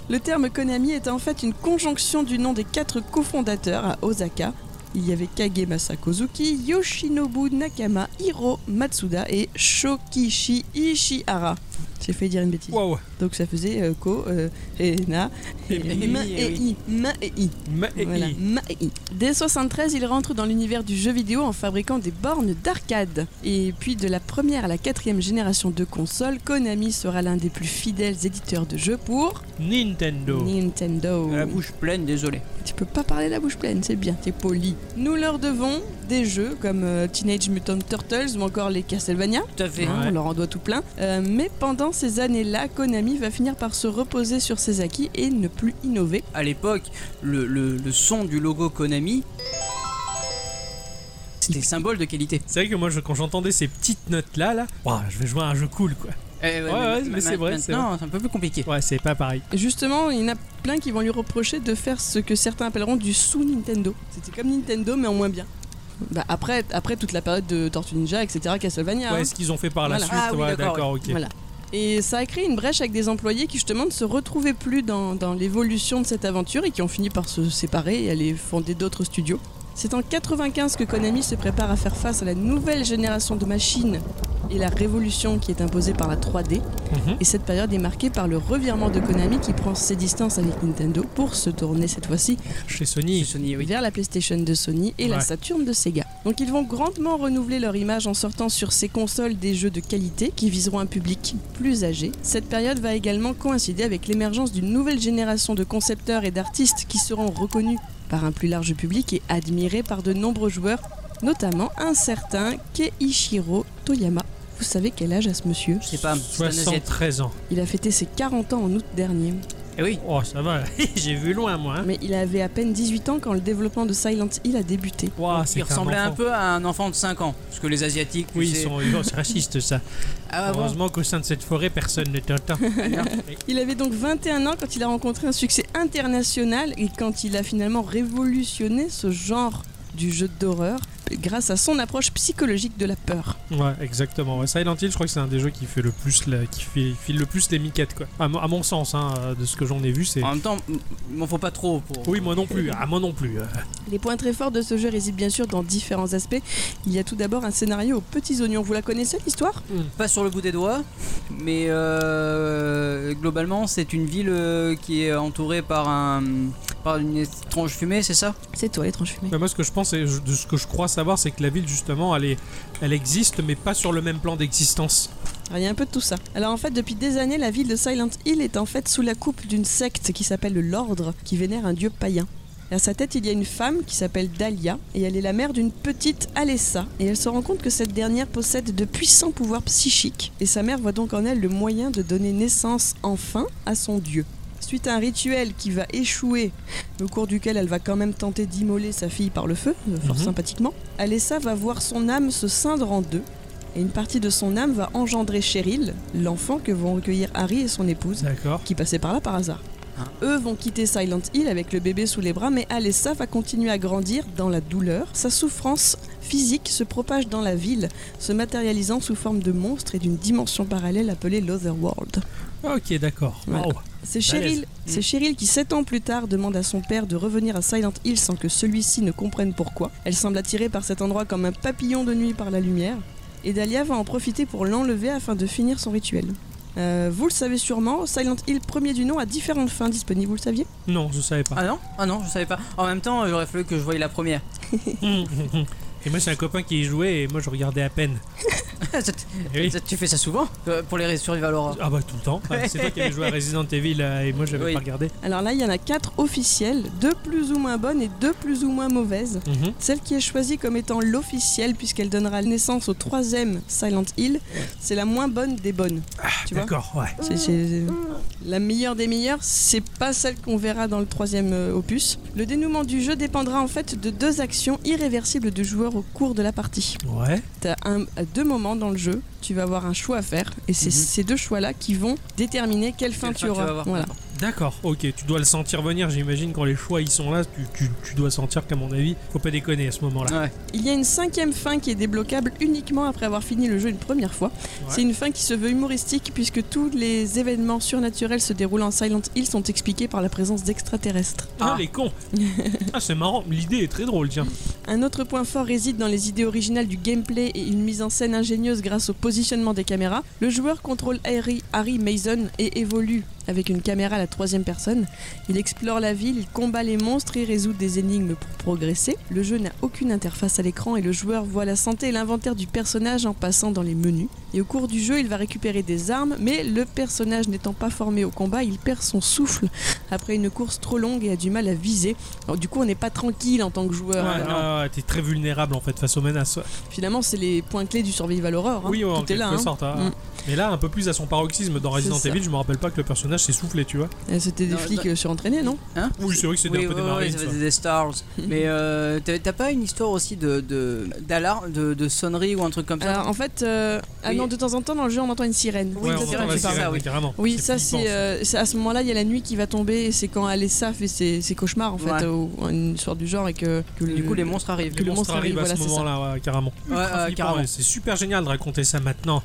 S3: Le terme Konami est en fait une conjonction du nom des quatre cofondateurs à Osaka. Il y avait Kagemasa Kozuki, Yoshinobu Nakama, Hiro Matsuda et Shokichi Ishihara. J'ai fait dire une bêtise.
S1: Waouh.
S3: Donc ça faisait euh, Ko euh, et Na
S1: Et
S3: et
S2: mi,
S3: Ma
S2: et
S3: et
S2: oui.
S3: I. Ma et I.
S1: Ma- et-
S3: Voilà,
S1: et-
S3: ma- i. Dès 73, il rentre dans l'univers du jeu vidéo en fabriquant des bornes d'arcade. Et puis de la première à la quatrième génération de consoles, Konami sera l'un des plus fidèles éditeurs de jeux pour
S1: Nintendo. Euh,
S3: Nintendo.
S2: La bouche pleine, désolé.
S3: Tu peux pas parler la bouche pleine, c'est bien, t'es poli. Nous leur devons des jeux comme euh, Teenage Mutant Turtles ou encore les Castlevania.
S2: Tout à fait.
S1: Ouais.
S3: Hein, On leur en doit tout plein. Euh, mais pendant ces années-là, Konami va finir par se reposer sur ses acquis et ne plus innover.
S2: À l'époque, le, le- le son du logo Konami. C'était symbole de qualité.
S1: C'est vrai que moi, je- quand j'entendais ces petites notes-là, là, waouh, je vais jouer à un jeu cool, quoi.
S2: Eh
S1: Ouais, ouais, mais c'est vrai, c'est
S2: Maintenant, c'est un peu plus compliqué.
S1: Ouais, c'est pas pareil.
S3: Justement, il y en a plein qui vont lui reprocher de faire ce que certains appelleront du sous-Nintendo. C'était comme Nintendo, mais en moins bien. Bah, après, après toute la période de Tortue Ninja, etc., Castlevania. hein.
S1: Ouais, ce qu'ils ont fait par la
S3: Voilà.
S1: suite.
S2: Ah oui,
S1: ouais,
S2: d'accord,
S1: d'accord, ok.
S3: Voilà. Et ça a créé une brèche avec des employés qui justement ne se retrouvaient plus dans, dans l'évolution de cette aventure et qui ont fini par se séparer et aller fonder d'autres studios. C'est en 95 que Konami se prépare à faire face à la nouvelle génération de machines et la révolution qui est imposée par la 3D.
S1: Mhm.
S3: Et cette période est marquée par le revirement de Konami qui prend ses distances avec Nintendo pour se tourner cette fois-ci
S1: Chez
S2: C'est
S1: Sony.
S2: Sony, oui.
S3: vers la PlayStation de Sony et la
S1: Ouais.
S3: Saturn de Sega. Donc ils vont grandement renouveler leur image en sortant sur ces consoles des jeux de qualité qui viseront un public plus âgé. Cette période va également coïncider avec l'émergence d'une nouvelle génération de concepteurs et d'artistes qui seront reconnus par un plus large public et admirés par de nombreux joueurs, notamment un certain Keiichiro Toyama. Vous savez quel âge a ce monsieur
S2: Je sais pas, c'est un asiatique.
S1: 73 ans.
S3: Il a fêté ses 40 ans en août dernier.
S2: Eh oui,
S1: Oh, ça va, j'ai vu loin, moi. hein.
S3: Mais il avait à peine 18 ans quand le développement de Silent Hill a débuté.
S1: Ouah, c'est
S2: il ressemblait
S1: un
S2: Ah, un
S1: enfant.
S2: peu à un enfant de 5 ans. Parce que les Asiatiques, tu
S1: Oui,
S2: sais-
S1: ils sont, ils sont- c'est raciste ça.
S2: Ah, bon.
S1: Heureusement qu'au sein de cette forêt, personne ne t'entend.
S3: Il avait donc 21 ans quand il a rencontré un succès international et quand il a finalement révolutionné ce genre du jeu d'horreur grâce à son approche psychologique de la peur.
S1: Ouais, exactement. Ouais, Silent Hill, je crois que c'est un des jeux qui fait le plus, la- qui fait, file le plus les miquettes, quoi. À, mon- à mon sens, hein, euh, de ce que j'en ai vu, c'est.
S2: En même temps, m- il m'en faut pas trop pour.
S1: Oui, moi non plus. Ah, moi non plus. euh.
S3: Les points très forts de ce jeu résident bien sûr dans différents aspects. Il y a tout d'abord un scénario aux petits oignons. Vous la connaissez l'histoire
S2: Pas sur le bout des doigts, mais euh, globalement, c'est une ville euh, qui est entourée par, un, par une étrange fumée, c'est ça
S3: C'est toi l'étrange fumée.
S1: Bah, moi, ce que je pense, et je- de ce que je crois savoir, c'est que la ville, justement, elle, est, elle existe, mais pas sur le même plan d'existence.
S3: Alors, Ah, il y a un peu de tout ça. Alors en fait, depuis des années, la ville de Silent Hill est en fait sous la coupe d'une secte qui s'appelle l'Ordre, qui vénère un dieu païen. Et à sa tête, il y a une femme qui s'appelle Dahlia, et elle est la mère d'une petite Alessa. Et elle se rend compte que cette dernière possède de puissants pouvoirs psychiques, et sa mère voit donc en elle le moyen de donner naissance enfin à son dieu. Suite à un rituel qui va échouer, au cours duquel elle va quand même tenter d'immoler sa fille par le feu, euh, fort
S1: Mhm.
S3: sympathiquement, Alessa va voir son âme se ceindre en deux, et une partie de son âme va engendrer Cheryl, l'enfant que vont recueillir Harry et son épouse,
S1: D'accord.
S3: qui passaient par là par hasard.
S2: Ah.
S3: Eux vont quitter Silent Hill avec le bébé sous les bras, mais Alessa va continuer à grandir dans la douleur. Sa souffrance physique se propage dans la ville, se matérialisant sous forme de monstres et d'une dimension parallèle appelée l'Otherworld.
S1: Ok, d'accord. Oh.
S3: Voilà.
S1: Waouh.
S3: C'est
S1: Balèze.
S3: Cheryl, c'est Cheryl qui, sept ans plus tard, demande à son père de revenir à Silent Hill sans que celui-ci ne comprenne pourquoi. Elle semble attirée par cet endroit comme un papillon de nuit par la lumière. et Dahlia va en profiter pour l'enlever afin de finir son rituel. Euh, vous le savez sûrement, Silent Hill premier du nom a différentes fins disponibles, vous le saviez
S1: Non, je savais pas.
S2: Ah non Ah non, je savais pas. En même temps, j'aurais fallu que je voyais la première. Ah.
S1: Hum, hum, hum. Et moi, c'est un copain qui y jouait et moi, je regardais à peine. Eh oui.
S2: tu fais ça souvent euh, pour les survival horror
S1: Ah bah tout le temps. Ah, c'est toi qui avais joué à Resident Evil euh, et moi, j'avais
S2: Oui.
S1: pas regardé.
S3: Alors là, il y en a quatre officielles, deux plus ou moins bonnes et deux plus ou moins mauvaises.
S1: Mhm.
S3: Celle qui est choisie comme étant l'officielle, puisqu'elle donnera naissance au troisième Silent Hill, c'est la moins bonne des bonnes. tu vois
S1: D'accord, ouais.
S3: C'est- c'est- La meilleure des meilleures, c'est pas celle qu'on verra dans le troisième euh, opus. Le dénouement du jeu dépendra en fait de deux actions irréversibles du joueur au cours de la partie.
S1: Ouais.
S3: T'as un, à deux moments dans le jeu, tu vas avoir un choix à faire, et c'est
S2: Mhm.
S3: ces deux choix-là qui vont déterminer quelle fin
S2: Quelle
S3: tu
S2: fin tu
S3: auras.
S2: vas avoir.
S3: Voilà.
S1: D'accord, ok, tu dois le sentir venir, j'imagine quand les choix ils sont là, tu, tu- tu dois sentir qu'à mon avis, faut pas déconner à ce moment-là.
S2: Ouais.
S3: Il y a une cinquième fin qui est débloquable uniquement après avoir fini le jeu une première fois. C'est une fin qui se veut humoristique puisque tous les événements surnaturels se déroulant en Silent Hill sont expliqués par la présence d'extraterrestres.
S1: Ah,
S2: Ah.
S1: les cons Ah c'est marrant, l'idée est très drôle, tiens.
S3: Un autre point fort réside dans les idées originales du gameplay et une mise en scène ingénieuse grâce au positionnement des caméras. Le joueur contrôle Harry, Harry Mason et évolue avec une caméra à la troisième personne. Il explore la ville, il combat les monstres et résout des énigmes pour progresser. Le jeu n'a aucune interface à l'écran et le joueur voit la santé et l'inventaire du personnage en passant dans les menus. Et au cours du jeu, il va récupérer des armes, mais le personnage n'étant pas formé au combat, il perd son souffle après une course trop longue et a du mal à viser. Alors, du coup, on n'est pas tranquille en tant que joueur.
S1: Ouais, ah, ouais, t'es très vulnérable en fait face aux menaces.
S3: Finalement, c'est les points clés du survival horror. hein.
S1: oui, ouais, en
S3: tout est
S1: quelque
S3: là. hein.
S1: sorte. ah.
S3: Mm.
S1: Mais là, un peu plus à son paroxysme. Dans Resident
S3: ça.
S1: Evil, je me rappelle pas que le personnage s'est soufflé, tu vois.
S3: Euh, C'était des
S2: Non,
S3: flics
S2: dans-
S3: euh, surentraînés, non
S1: Oui, c'est vrai que c'était
S2: Hein? Oui,
S1: un peu
S2: oui,
S1: des
S2: oui,
S1: marines,
S2: ça
S1: ça.
S2: faisait des stars. Mais euh, t'as t'as pas une histoire aussi de de- d'alarme, de, de, sonnerie ou un truc comme ça
S3: Alors, En fait, euh, ah
S2: Oui.
S3: non, de temps en temps, dans le jeu, on entend une sirène.
S2: Oui,
S1: Ouais,
S2: ça,
S1: on
S2: c'est
S1: entend
S2: vrai,
S1: la
S2: c'est ça,
S1: sirène,
S2: oui.
S1: carrément.
S3: Oui, ça c'est
S1: flippant,
S3: euh, c'est- à ce moment-là, il y a la nuit qui va tomber et c'est quand Alessa fait ses, ses cauchemars en fait,
S2: Ouais.
S3: euh, ou une sorte du genre et que, que
S1: Euh,
S2: Du
S3: le-
S2: coup, les monstres arrivent.
S3: que
S1: Les
S3: le
S1: monstres
S3: monstre arrive,
S1: arrivent à ce
S3: voilà, c'est ça.
S1: moment-là, ouais, carrément.
S2: Ouais,
S1: Ultra
S2: euh,
S1: flippant,
S2: carrément.
S1: ouais, c'est super génial de raconter ça maintenant.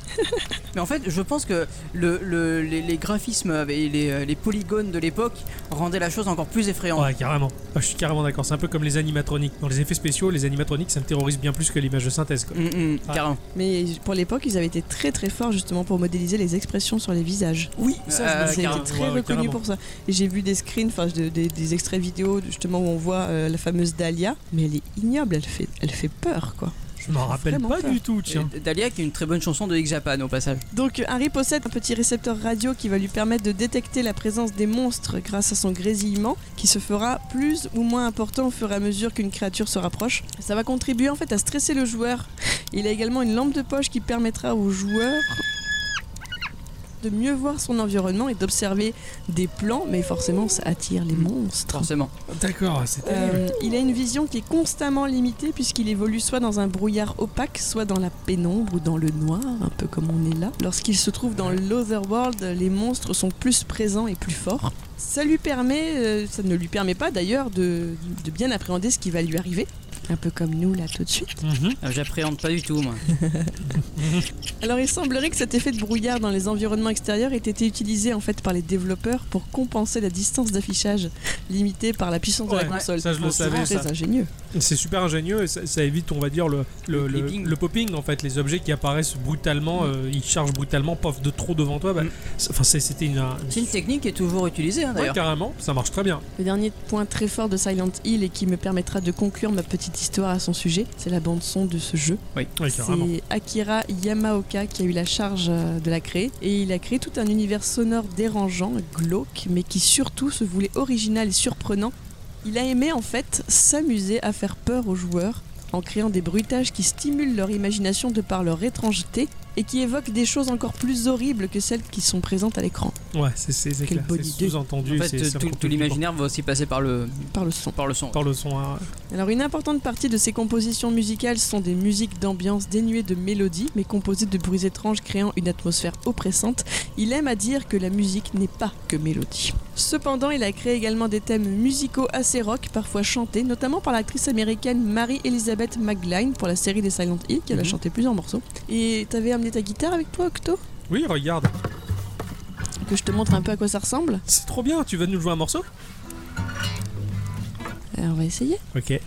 S2: Mais en fait, je pense que le, le- les, les graphismes et les, les polygones de l'époque rendaient la chose encore plus effrayante.
S1: Ouais, carrément. Ah, je suis carrément d'accord. C'est un peu comme les animatroniques. Dans les effets spéciaux, les animatroniques, ça me terrorise bien plus que l'image de synthèse. Quoi.
S2: Mm, mm,
S1: Ah.
S2: Carrément.
S3: Mais pour l'époque, ils avaient été très très forts justement pour modéliser les expressions sur les visages. Oui,
S2: Euh,
S3: ça, ils
S2: carrément.
S3: étaient très
S1: Ouais, ouais,
S3: reconnus
S1: carrément.
S3: pour ça. Et j'ai vu des screens, enfin de- des, des extraits vidéo justement où on voit euh, la fameuse Dahlia, mais elle est ignoble, elle fait, elle fait peur quoi.
S1: Je m'en rappelle
S3: vraiment
S1: pas
S3: peur.
S1: du tout, tiens.
S2: Et Dahlia qui est une très bonne chanson de X-Japan au passage.
S3: Donc euh, Harry possède un petit récepteur radio qui va lui permettre de détecter la présence des monstres grâce à son grésillement qui se fera plus ou moins important au fur et à mesure qu'une créature se rapproche. Ça va contribuer en fait à stresser le joueur. Il a également une lampe de poche qui permettra au joueur de mieux voir son environnement et d'observer des plans, mais forcément ça attire les monstres.
S2: Forcément.
S1: D'accord, ah, c'est terrible.
S3: Euh, il a une vision qui est constamment limitée puisqu'il évolue soit dans un brouillard opaque, soit dans la pénombre ou dans le noir, un peu comme on est là. Lorsqu'il se trouve dans l'Otherworld, les monstres sont plus présents et plus forts. Ça lui permet, euh, ça ne lui permet pas d'ailleurs de, de bien appréhender ce qui va lui arriver, un peu comme nous là tout de suite.
S1: Mhm.
S2: Euh, J'appréhende pas du tout, moi.
S3: Alors il semblerait que cet effet de brouillard dans les environnements extérieurs ait été utilisé en fait par les développeurs pour compenser la distance d'affichage limitée par la puissance de
S1: Ouais,
S3: la console.
S1: ça, je le
S3: C'est
S1: savais,
S3: très
S1: ça.
S3: ingénieux.
S1: C'est super ingénieux et ça, ça évite, on va dire, le, le,
S2: Le
S1: le-
S2: clipping.
S1: le popping en fait. Les objets qui apparaissent brutalement, euh, ils chargent brutalement, pof, de trop devant toi. bah,
S2: Mm.
S1: c'est- Enfin, c'est- c'était une. un-
S2: C'est une technique qui est toujours utilisée, hein,
S1: Ouais,
S2: d'ailleurs.
S1: carrément, ça marche très bien.
S3: Le dernier point très fort de Silent Hill et qui me permettra de conclure ma petite histoire à son sujet, c'est la bande son de ce jeu.
S1: Ouais, carrément.
S3: C'est Akira Yamaoka qui a eu la charge euh, de la créer et il a créé tout un univers sonore dérangeant, glauque, mais qui surtout se voulait original et surprenant. Il a aimé en fait s'amuser à faire peur aux joueurs en créant des bruitages qui stimulent leur imagination de par leur étrangeté et qui évoquent des choses encore plus horribles que celles qui sont présentes à l'écran
S1: Ouais, c'est c'est- c'est
S3: Quelle
S1: clair.
S3: bonne
S1: C'est
S3: idée.
S1: sous-entendu.
S2: En fait,
S1: c'est-
S2: euh,
S1: c'est
S2: tout,
S1: raconté
S2: tout l'imaginaire va aussi passer par le,
S3: par le son.
S2: par le son.
S1: Par le son. hein.
S3: Alors une importante partie de ces compositions musicales sont des musiques d'ambiance dénuées de mélodie, mais composées de bruits étranges créant une atmosphère oppressante. Il aime à dire que la musique n'est pas que mélodie. Cependant, il a créé également des thèmes musicaux assez rock, parfois chantés, notamment par l'actrice américaine Mary-Elizabeth McGline pour la série des Silent Hill, qu'elle a
S2: Mhm.
S3: chanté plusieurs morceaux. Et t'avais amené ta guitare avec toi, Octo
S1: Oui, regarde,
S3: Que je te montre un peu à quoi ça ressemble
S1: c'est trop bien. Tu vas nous jouer un morceau
S3: Euh, On va essayer.
S1: Ok.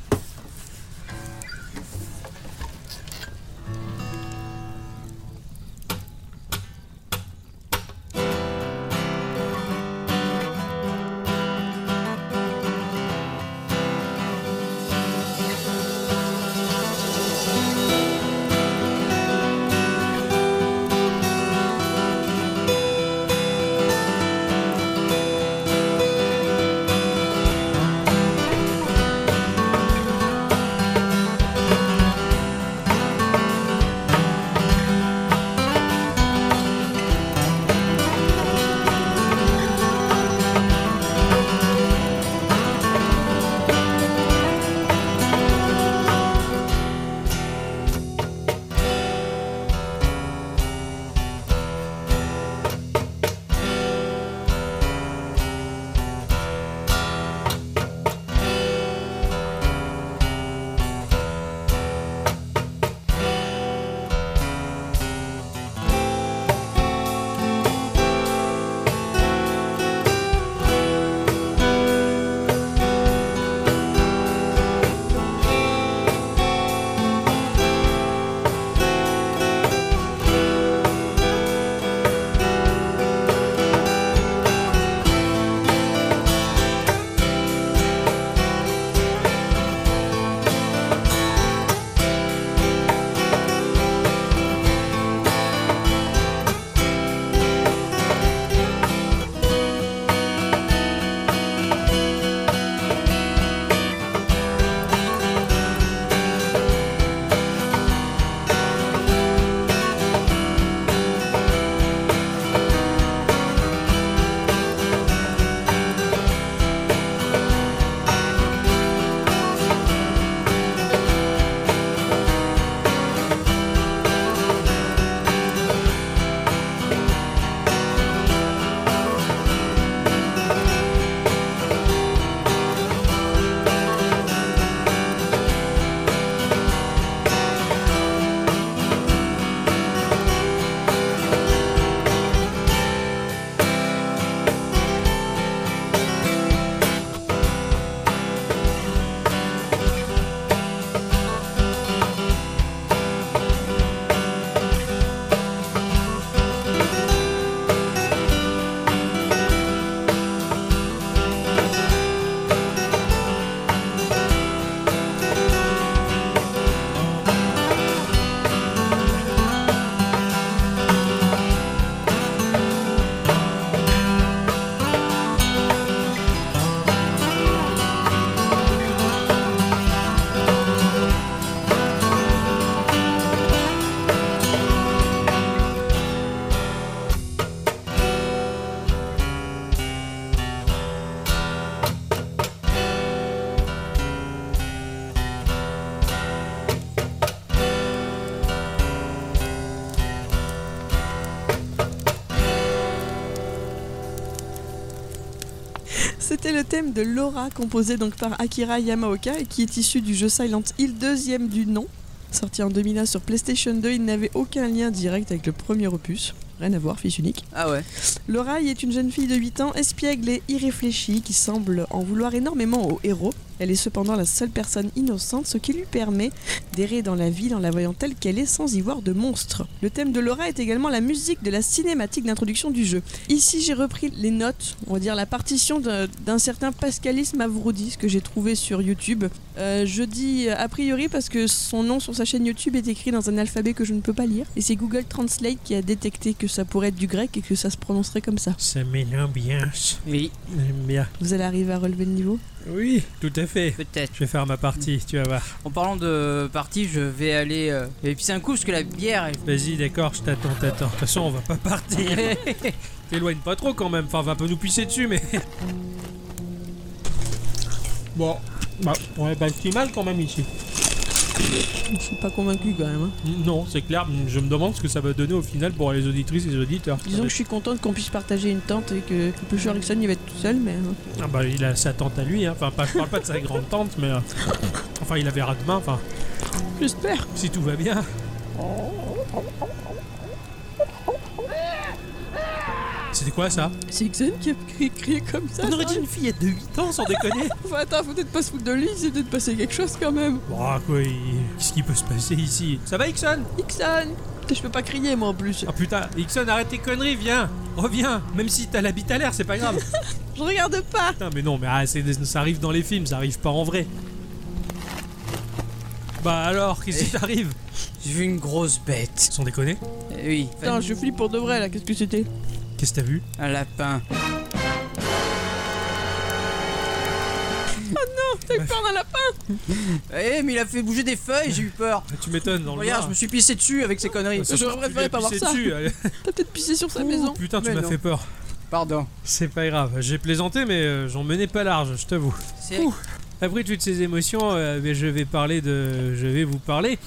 S3: C'était le thème de Laura, composé donc par Akira Yamaoka et qui est issu du jeu Silent Hill, deuxième du nom. Sorti en 2001 sur PlayStation 2, il n'avait aucun lien direct avec le premier opus. Rien à voir, fils unique.
S2: Ah ouais.
S3: Laura y est une jeune fille de 8 ans, espiègle et irréfléchie, qui semble en vouloir énormément au héros. Elle est cependant la seule personne innocente, ce qui lui permet d'errer dans la ville en la voyant telle qu'elle est sans y voir de monstre. Le thème de Laura est également la musique de la cinématique d'introduction du jeu. Ici, j'ai repris les notes, on va dire la partition de- d'un certain Pascalis Mavroudis que j'ai trouvé sur YouTube. Euh, je dis euh, a priori parce que son nom sur sa chaîne YouTube est écrit dans un alphabet que je ne peux pas lire. Et c'est Google Translate qui a détecté que ça pourrait être du grec et que ça se prononcerait comme ça.
S1: Ça met l'ambiance.
S2: Oui,
S1: J'aime bien.
S3: Vous allez arriver à relever le niveau
S1: Oui, tout à fait.
S2: peut-être.
S1: Je vais faire ma partie, tu vas voir.
S2: En parlant de partie, je vais aller euh, épicer un coup parce que la bière. est-
S1: Vas-y, d'accord, je t'attends, t'attends. De toute façon, on va pas partir. T'éloigne pas trop quand même. Enfin, va pas nous pisser dessus, mais. Bon, bah, on est pas si mal quand même ici.
S3: Je suis pas convaincu quand même. hein.
S1: Non, c'est clair. Je me demande ce que ça va donner au final pour les auditrices et les auditeurs.
S3: Disons que je suis contente qu'on puisse partager une tente et que le pêcheur Rickson il va être tout seul, mais. hein.
S1: Ah bah, il a sa tante à lui. Hein. Enfin, pas, je parle pas de sa grande tante, mais. euh, Enfin, il la verra demain. Enfin,
S3: J'espère
S1: si tout va bien. C'était quoi ça
S3: C'est Ixon qui a crié, crié comme ça.
S1: On aurait
S3: ça.
S1: dit une fillette de 8 ans, sans déconner
S3: Enfin, attends, faut peut-être pas se foutre de lui, c'est peut-être passé quelque chose quand même.
S1: Bon, Oh, quoi, il- qu'est-ce qui peut se passer ici Ça va, Ixon
S3: Ixon Putain, Je peux pas crier moi en plus.
S1: Ah putain, Ixon, arrête tes conneries, viens Reviens Même si t'as l'habit à l'air, c'est pas grave
S3: Je regarde pas
S1: Putain, mais non, mais ah, c'est des- ça arrive dans les films, ça arrive pas en vrai Bah alors, qu'est-ce qui t'arrive
S2: J'ai vu une grosse bête.
S1: Sans déconner
S2: Euh, oui,
S3: Putain, je flippe pour de vrai là, qu'est-ce que c'était
S1: Qu'est-ce que t'as vu
S2: un lapin.
S3: T'as eu peur d'un lapin
S2: Eh, mais il a fait bouger des feuilles, j'ai eu peur.
S1: Ah, Tu m'étonnes, dans le
S2: Oh, Regarde, je
S1: noir.
S2: me suis pissé dessus avec ces conneries.
S1: Ah, ça se
S3: j'aurais
S1: trouve, tu
S3: préféré
S1: l'as
S3: pas voir
S1: pissé
S3: ça.
S1: dessus, allez.
S3: T'as peut-être pissé sur sa
S2: Ouh.
S3: maison.
S1: Putain, tu
S2: Mais
S1: m'as
S2: non.
S1: fait peur.
S2: Pardon.
S1: C'est pas grave, j'ai plaisanté, mais euh, j'en menais pas large, je t'avoue.
S2: C'est
S1: Ouh. Après toutes ces émotions, euh, mais je vais parler de, je vais vous parler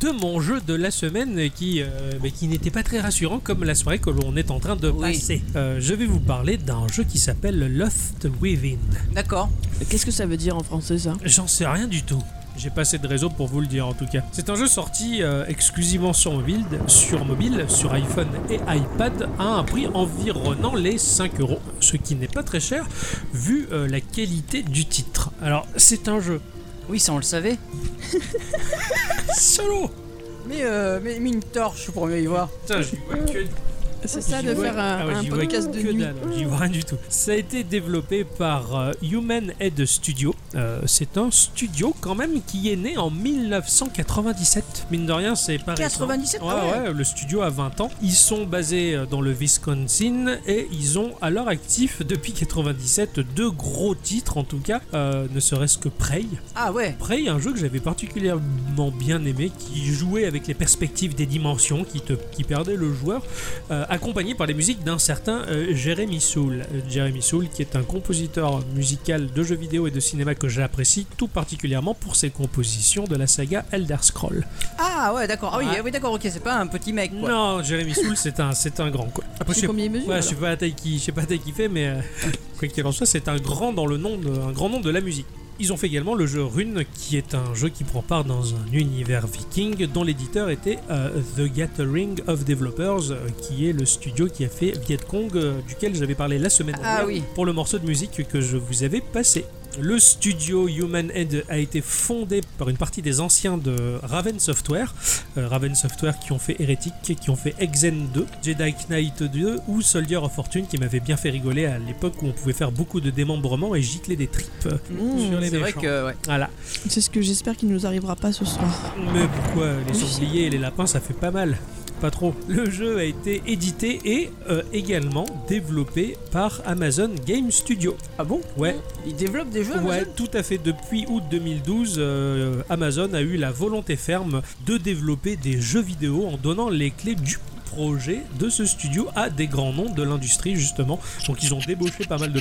S1: de mon jeu de la semaine qui, euh, mais qui n'était pas très rassurant comme la soirée que l'on est en train de
S2: Oui.
S1: passer. Euh, je vais vous parler d'un jeu qui s'appelle Loft Within.
S2: d'accord.
S3: Qu'est-ce que ça veut dire en français ça
S1: J'en sais rien du tout. J'ai pas assez de réseau pour vous le dire en tout cas. C'est un jeu sorti euh, exclusivement sur mobile, sur mobile, sur iPhone et iPad à un prix environnant les 5 euros, ce qui n'est pas très cher vu euh, la qualité du titre. Alors c'est un jeu
S2: Oui, ça on le savait.
S1: solo.
S2: Mais euh, mais, mais une torche pour mieux y voir.
S1: Putain, j'y vois que
S3: C'est Ah, E ça
S1: J'y
S3: de
S1: vois-
S3: faire un,
S1: Ah ouais,
S3: un
S1: j'y vois
S3: podcast
S1: que
S3: de nuit.
S1: dalle, J'y vois rien du tout. Ça a été développé par euh, Human Head Studio. Euh, c'est un studio quand même qui est né en 1997. Mine de rien, c'est pas récent.
S2: 97,
S1: Ouais,
S2: ah ouais.
S1: ouais, le studio a 20 ans. Ils sont basés euh, dans le Wisconsin et ils ont à leur actif depuis 97 deux gros titres en tout cas, euh, ne serait-ce que Prey.
S2: Ah ouais.
S1: Après, il y a un jeu que j'avais particulièrement bien aimé, qui jouait avec les perspectives des dimensions, qui, te, qui perdait le joueur, euh, accompagné par les musiques d'un certain euh, Jeremy Soul. Euh, Jeremy Soul, qui est un compositeur musical de jeux vidéo et de cinéma que j'apprécie tout particulièrement pour ses compositions de la saga Elder Scrolls.
S2: Ah ouais, d'accord. Ah oui,
S1: Ouais.
S2: ah oui, d'accord. Ok, c'est pas un petit mec. Quoi.
S1: Non, Jeremy Soul, c'est un, c'est un grand. Quoi. Après, je
S3: C'est
S1: sais
S3: combien il mesure
S1: Ouais, je
S3: alors
S1: sais pas la taille qui, je sais pas la taille qu'il fait, mais euh, quoi qu'il en soit, c'est un grand dans le nom, de, un grand nom de la musique. Ils ont fait également le jeu Rune, qui est un jeu qui prend part dans un univers viking dont l'éditeur était euh, The Gathering of Developers, euh, qui est le studio qui a fait Vietcong, euh, duquel j'avais parlé la semaine dernière
S2: Ah oui.
S1: pour le morceau de musique que je vous avais passé. Le studio Human Head a été fondé par une partie des anciens de Raven Software, euh, Raven Software qui ont fait Heretic, qui ont fait Exen 2, Jedi Knight 2 ou Soldier of Fortune qui m'avait bien fait rigoler à l'époque où on pouvait faire beaucoup de démembrements et gicler des tripes euh,
S3: Mmh,
S1: sur les
S2: C'est vrai
S1: méchants.
S2: que ouais.
S1: Voilà.
S3: C'est ce que j'espère qu'il nous arrivera pas ce soir.
S1: Mais pourquoi euh, les
S3: Oui.
S1: sangliers et les lapins, ça fait pas mal Pas trop. Le jeu a été édité et euh, également développé par Amazon Game Studio.
S2: Ah bon
S1: Ouais,
S2: Il développe des jeux.
S1: Ouais,
S2: Amazon
S1: tout à fait. Depuis août 2012, euh, Amazon a eu la volonté ferme de développer des jeux vidéo en donnant les clés du projet de ce studio à des grands noms de l'industrie justement. Donc ils ont débauché pas mal de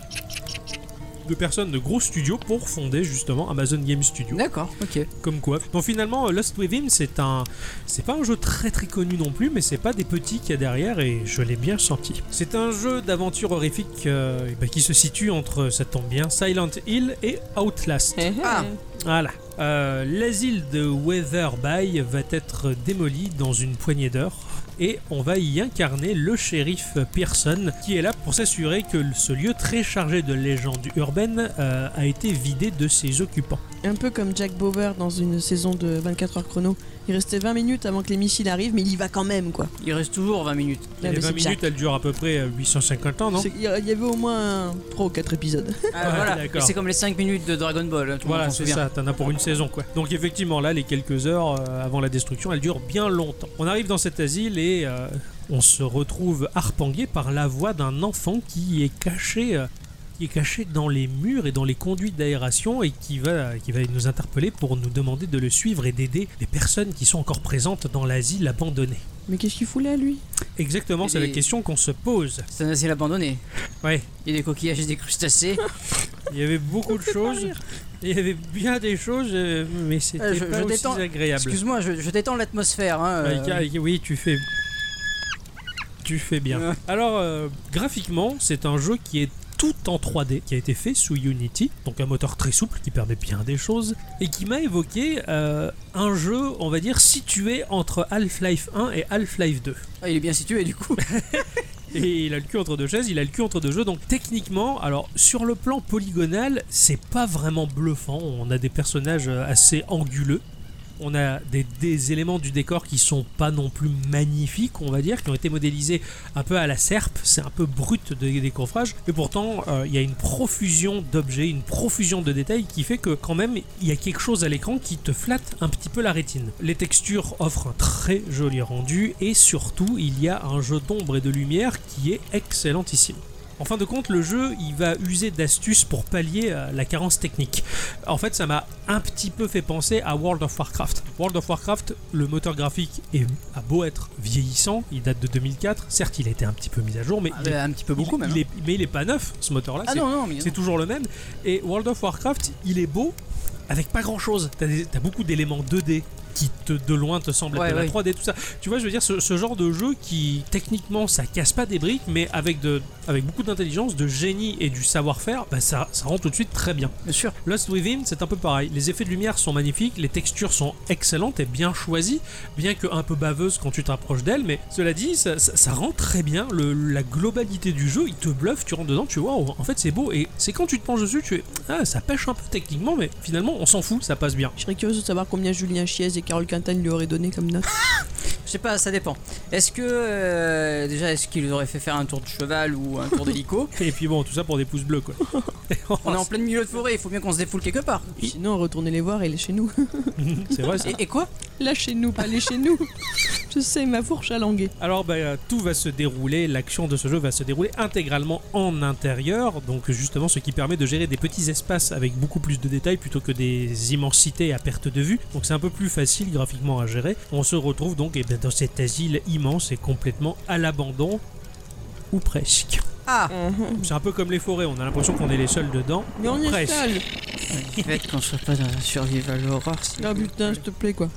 S1: de personnes de gros studios pour fonder justement Amazon Game Studio.
S2: D'accord, ok.
S1: Comme quoi. Donc finalement, euh, Lost Within, c'est un, c'est pas un jeu très très connu non plus, mais c'est pas des petits qu'il y a derrière et je l'ai bien senti. C'est un jeu d'aventure horrifique euh, eh ben, qui se situe entre, ça tombe bien, Silent Hill et Outlast.
S3: Eh,
S2: Ah.
S1: Voilà. Euh, L'asile de Weatherby va être démoli dans une poignée d'heures. Et on va y incarner le shérif Pearson, qui est là pour s'assurer que ce lieu très chargé de légendes urbaines euh, a été vidé de ses occupants.
S3: Un peu comme Jack Bauer dans une saison de 24 heures chrono. Il restait 20 minutes avant que les missiles arrivent, mais il y va quand même, quoi.
S2: Il reste toujours 20 minutes.
S3: Ouais,
S1: Et les
S3: mais
S1: 20
S3: c'est
S1: minutes,
S3: Jack.
S1: elles durent à peu près euh, 850 ans, non
S3: C'est- Il y a- il y avait au moins 3 ou 4 épisodes.
S2: Ah,
S1: Ouais,
S2: voilà.
S1: d'accord.
S2: Et C'est comme les 5 minutes de Dragon Ball, hein, tout le
S1: Voilà,
S2: monde s'en
S1: c'est
S2: souvient.
S1: ça, t'en as pour une saison quoi. Donc effectivement, là, les quelques heures euh, avant la destruction, elles durent bien longtemps. On arrive dans cet asile et euh, on se retrouve harpangué par la voix d'un enfant qui est caché. euh, qui est caché dans les murs et dans les conduits d'aération et qui va, qui va nous interpeller pour nous demander de le suivre et d'aider les personnes qui sont encore présentes dans l'asile abandonné.
S3: Mais qu'est-ce qu'il fout là, lui
S1: Exactement,
S2: Et
S1: c'est la
S2: les-
S1: question qu'on se pose.
S2: C'est un asile abandonné.
S1: Ouais,
S2: Il y a des coquillages et des crustacés.
S1: il y avait beaucoup de choses, il y avait bien des choses, euh, mais c'était
S2: Euh, je-
S1: pas
S2: je
S1: aussi
S2: détends-
S1: agréable. Ah,
S2: Excuse-moi, je, je détends l'atmosphère. Hein, euh,
S1: Maïka, oui, tu fais. Tu fais bien.
S2: Ouais.
S1: Alors, euh, graphiquement, c'est un jeu qui est tout en 3D, qui a été fait sous Unity, donc un moteur très souple qui permet bien des choses, et qui m'a évoqué euh, un jeu, on va dire, situé entre Half-Life 1 et Half-Life 2.
S2: ah, il est bien situé du coup.
S1: Et il a le cul entre deux chaises, il a le cul entre deux jeux, donc techniquement, alors sur le plan polygonal, c'est pas vraiment bluffant, on a des personnages euh, assez anguleux. On a des, des éléments du décor qui sont pas non plus magnifiques, on va dire, qui ont été modélisés un peu à la serpe, c'est un peu brut de décoffrage, mais pourtant euh, il y a une profusion d'objets, une profusion de détails qui fait que quand même il y a quelque chose à l'écran qui te flatte un petit peu la rétine. Les textures offrent un très joli rendu et surtout il y a un jeu d'ombre et de lumière qui est excellentissime. En fin de compte, le jeu, il va user d'astuces pour pallier euh, la carence technique. En fait, ça m'a un petit peu fait penser à World of Warcraft. World of Warcraft, le moteur graphique est, a beau être vieillissant, il date de 2004. Certes, il a été un petit peu mis à jour, mais
S2: Ah,
S1: il est-
S2: bah, un petit peu beaucoup
S1: il-
S2: même.
S1: il
S2: hein.
S1: est- mais il est pas neuf, ce moteur-là.
S2: Ah
S1: c'est-
S2: non, non, mais.
S1: c'est toujours le même. Et World of Warcraft, il est beau avec pas grand chose. T'as, des- t'as beaucoup d'éléments 2D qui te, de loin te semblent être
S2: Ouais,
S1: de
S2: ouais.
S1: la 3D, tout ça. Tu vois, je veux dire, ce, ce genre de jeu qui, techniquement, ça casse pas des briques, mais avec, de, avec beaucoup d'intelligence, de génie et du savoir-faire, bah, ça, ça rend tout de suite très bien.
S2: Bien sûr.
S1: Lost Within, c'est un peu pareil. Les effets de lumière sont magnifiques, les textures sont excellentes et bien choisies, bien que un peu baveuses quand tu t'approches d'elles, mais cela dit, ça, ça- ça rend très bien le- la globalité du jeu. Il te bluffe, tu rentres dedans, tu vois, en fait c'est beau. Et c'est quand tu te penches dessus, tu es. Ah, ça pêche un peu techniquement, mais finalement on s'en fout, ça passe bien.
S3: Je serais curieuse de savoir combien Julien Chiez et Carole Quintane lui auraient donné comme note.
S2: Je sais pas, ça dépend. Est-ce que. euh, déjà, est-ce qu'il aurait fait faire un tour de cheval ou un tour d'hélico
S1: Et puis bon, tout ça pour des pouces bleus quoi.
S2: On est en plein milieu de forêt, il faut bien qu'on se défoule quelque part.
S3: Sinon, retournez les voir et les chez nous.
S1: c'est vrai ça.
S2: Et, et quoi
S3: Là, chez nous, pas les chez nous. Je sais, ma fourche à languer.
S1: Alors bah, euh, tout va se dérouler, l'action de ce jeu va se dérouler intégralement en intérieur, donc justement ce qui permet de gérer des petits espaces avec beaucoup plus de détails plutôt que des immensités à perte de vue, donc c'est un peu plus facile graphiquement à gérer. On se retrouve donc eh bien, dans cet asile immense et complètement à l'abandon, ou presque.
S2: Ah
S1: C'est un peu comme les forêts, on a l'impression qu'on est les seuls dedans.
S3: Mais on y est
S1: Presque.
S3: seul.
S2: Faites qu'on soit pas dans un survival horror. s'il
S3: Ah
S2: vous
S3: putain, s'il te plaît, quoi.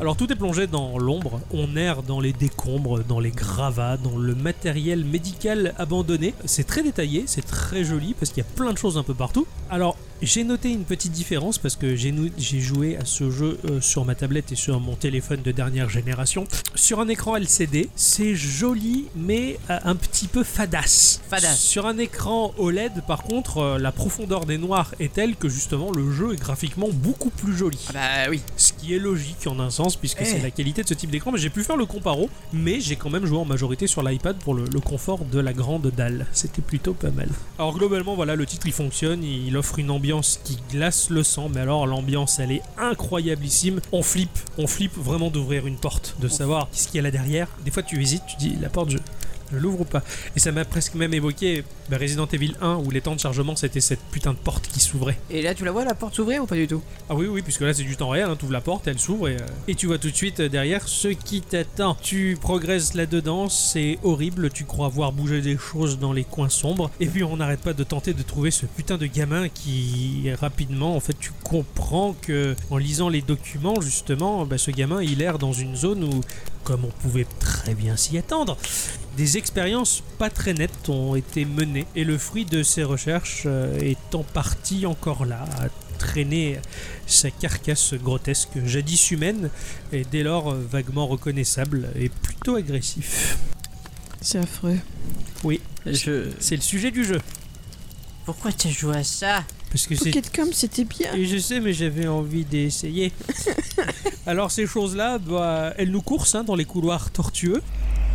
S1: Alors tout est plongé dans l'ombre, on erre dans les décombres, dans les gravats, dans le matériel médical abandonné. C'est très détaillé, c'est très joli parce qu'il y a plein de choses un peu partout. Alors j'ai noté une petite différence parce que j'ai nou- j'ai joué à ce jeu euh, sur ma tablette et sur mon téléphone de dernière génération. Sur un écran LCD, c'est joli mais euh, un petit peu fadasse.
S2: Fadasse.
S1: Sur un écran OLED, par contre, euh, la profondeur des noirs est telle que justement le jeu est graphiquement beaucoup plus joli.
S2: Ah bah oui.
S1: Ce qui est logique en un sens, puisque
S2: Eh.
S1: c'est la qualité de ce type d'écran. Mais j'ai pu faire le comparo, mais j'ai quand même joué en majorité sur l'iPad pour le, le confort de la grande dalle. C'était plutôt pas mal. Alors globalement, voilà, le titre il fonctionne, il offre une ambiance qui glace le sang, mais alors l'ambiance elle est incroyablissime. On flippe, on flippe vraiment d'ouvrir une porte, de savoir ce qu'il y a là derrière. Des fois tu hésites, tu dis la porte, je, le Louvre ou pas Et ça m'a presque même évoqué bah, Resident Evil 1 où les temps de chargement c'était cette putain de porte qui s'ouvrait.
S2: Et là, tu la vois la porte s'ouvrir ou pas du tout
S1: Ah oui, oui, puisque là c'est du temps réel, hein, tu ouvres la porte, elle s'ouvre et, euh, et tu vois tout de suite euh, derrière ce qui t'attend. Tu progresses là-dedans, c'est horrible, tu crois voir bouger des choses dans les coins sombres, et puis on n'arrête pas de tenter de trouver ce putain de gamin qui rapidement, en fait, tu comprends que en lisant les documents justement, bah, ce gamin il erre dans une zone où, comme on pouvait très bien s'y attendre, des expériences pas très nettes ont été menées et le fruit de ces recherches euh, est en partie encore là, à traîner sa carcasse grotesque, jadis humaine et dès lors euh, vaguement reconnaissable et plutôt agressif.
S3: C'est affreux.
S2: Je...
S1: C'est le sujet du jeu.
S2: Pourquoi t'as joué à ça
S1: Parce que c'est
S3: Pocket Com, c'était bien.
S1: Et je sais, mais j'avais envie d'essayer. Alors ces choses-là, bah, elles nous coursent hein, dans les couloirs tortueux,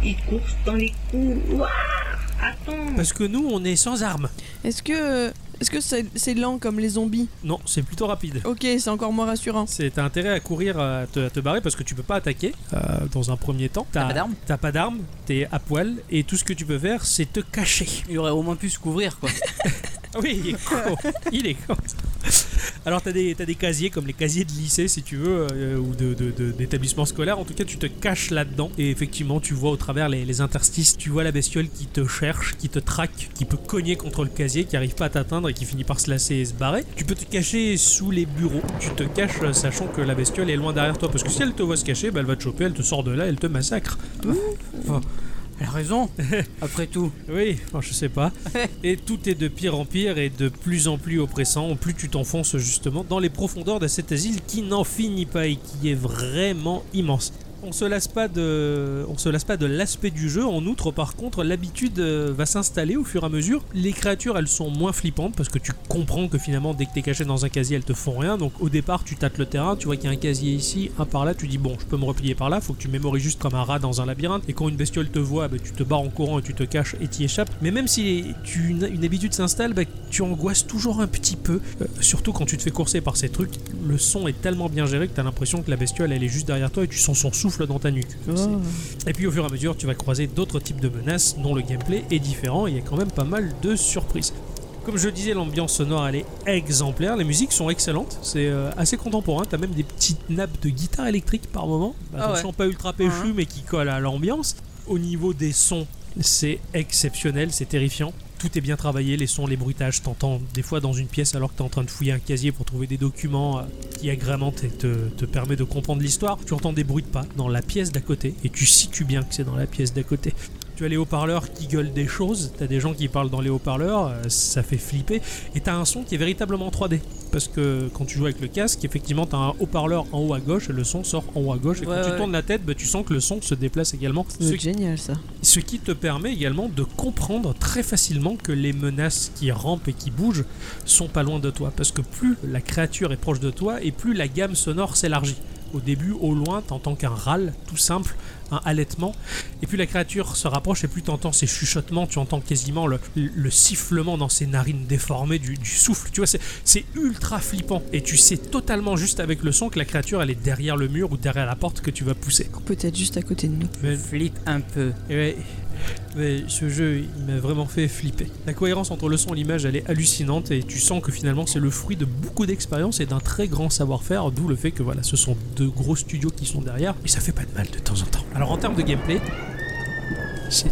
S4: Il course dans les couloirs.
S2: Hmm.
S4: Attends.
S1: parce que nous, on est sans armes.
S3: Est-ce que est-ce que c'est c'est lent comme les zombies
S1: Non, c'est plutôt rapide.
S3: Ok, c'est encore moins rassurant.
S1: C'est t'as intérêt à courir, à te, à te barrer, parce que tu peux pas attaquer euh, dans un premier temps.
S2: T'as pas d'armes
S1: T'as pas d'armes, t'es à poil, et tout ce que tu peux faire, c'est te cacher.
S2: Il aurait au moins pu se couvrir quoi.
S1: Ah Oui, il est con. Il est con. Alors, t'as des, t'as des casiers comme les casiers de lycée, si tu veux, euh, ou de, de- de- d'établissements scolaires. En tout cas, tu te caches là-dedans. Et effectivement, tu vois au travers les, les interstices, tu vois la bestiole qui te cherche, qui te traque, qui peut cogner contre le casier, qui arrive pas à t'atteindre et qui finit par se lasser et se barrer. Tu peux te cacher sous les bureaux. Tu te caches euh, sachant que la bestiole est loin derrière toi. Parce que si elle te voit se cacher, bah, elle va te choper, elle te sort de là, elle te massacre.
S2: Elle a raison. Après tout.
S1: Oui, enfin, je sais pas.
S2: Ouais.
S1: Et tout est de pire en pire et de plus en plus oppressant, plus tu t'enfonces justement dans les profondeurs de cet asile qui n'en finit pas et qui est vraiment immense. On se lasse pas de, on se lasse pas de l'aspect du jeu. En outre, par contre, l'habitude euh, va s'installer au fur et à mesure. Les créatures, elles sont moins flippantes parce que tu comprends que finalement, dès que t'es caché dans un casier, elles te font rien. Donc au départ, tu tâtes le terrain, tu vois qu'il y a un casier ici, un par là, tu dis bon, je peux me replier par là. Faut que tu mémorises juste comme un rat dans un labyrinthe. Et quand une bestiole te voit, bah, tu te barres en courant et tu te caches et t'y échappes. Mais même si tu, une, une habitude s'installe, bah, tu angoisses toujours un petit peu. Euh, surtout quand tu te fais courser par ces trucs, le son est tellement bien géré que t'as l'impression que la bestiole elle est juste derrière toi et tu sens son souffle dans ta nuque. C'est-
S3: Oh.
S1: et puis au fur et à mesure, tu vas croiser d'autres types de menaces dont le gameplay est différent et il y a quand même pas mal de surprises. Comme je le disais, l'ambiance sonore elle est exemplaire, les musiques sont excellentes, c'est euh, assez contemporain, t'as même des petites nappes de guitare électrique par moment, bah,
S2: Ah ouais. Uh-huh.
S1: attention pas ultra péchu
S2: Ouais.
S1: mais qui collent à l'ambiance. Au niveau des sons, c'est exceptionnel, c'est terrifiant. Tout est bien travaillé, les sons, les bruitages, t'entends des fois dans une pièce alors que t'es en train de fouiller un casier pour trouver des documents euh, qui agrémente et te, te permet de comprendre l'histoire. Tu entends des bruits de pas dans la pièce d'à côté et tu situes bien que c'est dans la pièce d'à côté. Tu as les haut-parleurs qui gueulent des choses, t'as des gens qui parlent dans les haut-parleurs, euh, ça fait flipper, et t'as un son qui est véritablement 3D. Parce que quand tu joues avec le casque, effectivement, t'as un haut-parleur en haut à gauche et le son sort en haut à gauche. Et
S2: Ouais,
S1: quand
S2: ouais.
S1: tu tournes la tête, bah, tu sens que le son se déplace également.
S3: Ça doit
S1: Ce
S3: être génial ça.
S1: ce qui te permet également de comprendre très facilement que les menaces qui rampent et qui bougent sont pas loin de toi. Parce que plus la créature est proche de toi et plus la gamme sonore s'élargit. Au début, au loin, t'entends qu'un râle, tout simple, un halètement. Et puis la créature se rapproche et plus t'entends ses chuchotements, tu entends quasiment le, le sifflement dans ses narines déformées du, du souffle. Tu vois, c'est- c'est ultra flippant. Et tu sais totalement juste avec le son que la créature, elle est derrière le mur ou derrière la porte que tu vas pousser.
S3: Peut-être juste à côté de nous.
S1: Mais-
S2: Flippe un peu.
S1: et Eh ouais, ouais, ce jeu, il m'a vraiment fait flipper. La cohérence entre le son et l'image, elle est hallucinante et tu sens que finalement c'est le fruit de beaucoup d'expérience et d'un très grand savoir-faire, d'où le fait que voilà, ce sont deux gros studios qui sont derrière et ça fait pas de mal de temps en temps. Alors en termes de gameplay, c'est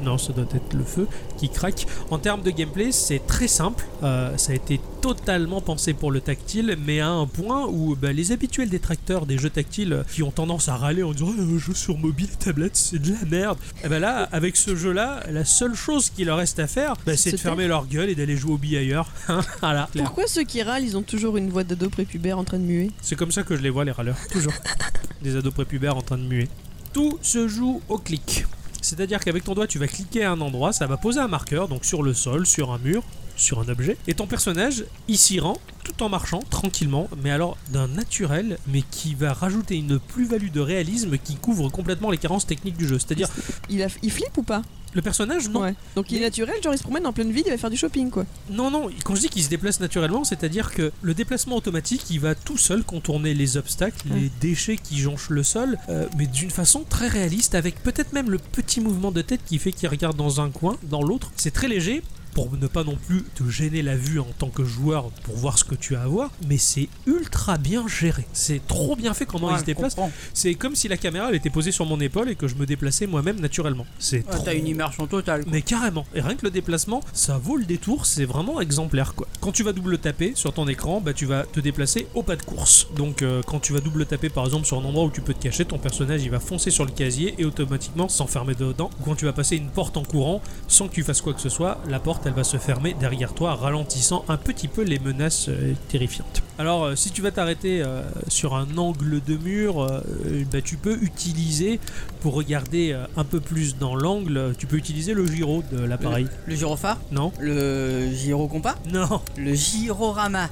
S1: non, ça doit être le feu qui craque. En termes de gameplay, c'est très simple. Euh, ça a été totalement pensé pour le tactile, mais à un point où bah, les habituels détracteurs des jeux tactiles euh, qui ont tendance à râler en disant un jeu sur mobile, tablette, c'est de la merde. Et ben là, avec ce jeu-là, la seule chose qui leur reste à faire, bah, c'est
S3: Se
S1: de fermer leur gueule et d'aller jouer au billes ailleurs. Hein, voilà.
S3: Pourquoi ceux qui râlent, ils ont toujours une voix d'ado prépubère en train de muer
S1: C'est comme ça que je les vois, les râleurs, toujours. Des ados prépubères en train de muer. Tout se joue au clic. C'est-à-dire qu'avec ton doigt, tu vas cliquer à un endroit, ça va poser un marqueur, donc sur le sol, sur un mur. sur un objet. Et ton personnage, il s'y rend tout en marchant tranquillement, mais alors d'un naturel, mais qui va rajouter une plus-value de réalisme qui couvre complètement les carences techniques du jeu. C'est-à-dire,
S3: Il, a- il flippe ou pas
S1: le personnage, non,
S3: Ouais. Donc il est
S1: Mais-
S3: naturel, genre il se promène en pleine ville, il va faire du shopping quoi.
S1: Non, non, quand je dis qu'il se déplace naturellement, c'est-à-dire que le déplacement automatique, il va tout seul contourner les obstacles, les déchets qui jonchent le sol, euh, mais d'une façon très réaliste, avec peut-être même le petit mouvement de tête qui fait qu'il regarde dans un coin, dans l'autre. C'est très léger pour ne pas non plus te gêner la vue en tant que joueur pour voir ce que tu as à voir, mais c'est ultra bien géré. C'est trop bien fait comment il se déplace. C'est comme si la caméra elle était posée sur mon épaule et que je me déplaçais moi-même naturellement. C'est trop...
S2: Ah, T'as une immersion totale.
S1: Mais carrément, et rien que le déplacement, ça vaut le détour, c'est vraiment exemplaire quoi. Quand tu vas double taper sur ton écran, bah tu vas te déplacer au pas de course. Donc euh, quand tu vas double taper par exemple sur un endroit où tu peux te cacher, ton personnage il va foncer sur le casier et automatiquement s'enfermer dedans. Ou quand tu vas passer une porte en courant, sans que tu fasses quoi que ce soit, la porte elle va se fermer derrière toi, ralentissant un petit peu les menaces euh, terrifiantes. Alors euh, si tu vas t'arrêter euh, sur un angle de mur, euh, bah, tu peux utiliser pour regarder euh, un peu plus dans l'angle, tu peux utiliser le gyro de l'appareil.
S2: Le gyrophare,
S1: Non
S2: le gyrocompas,
S1: Non
S2: le gyrorama,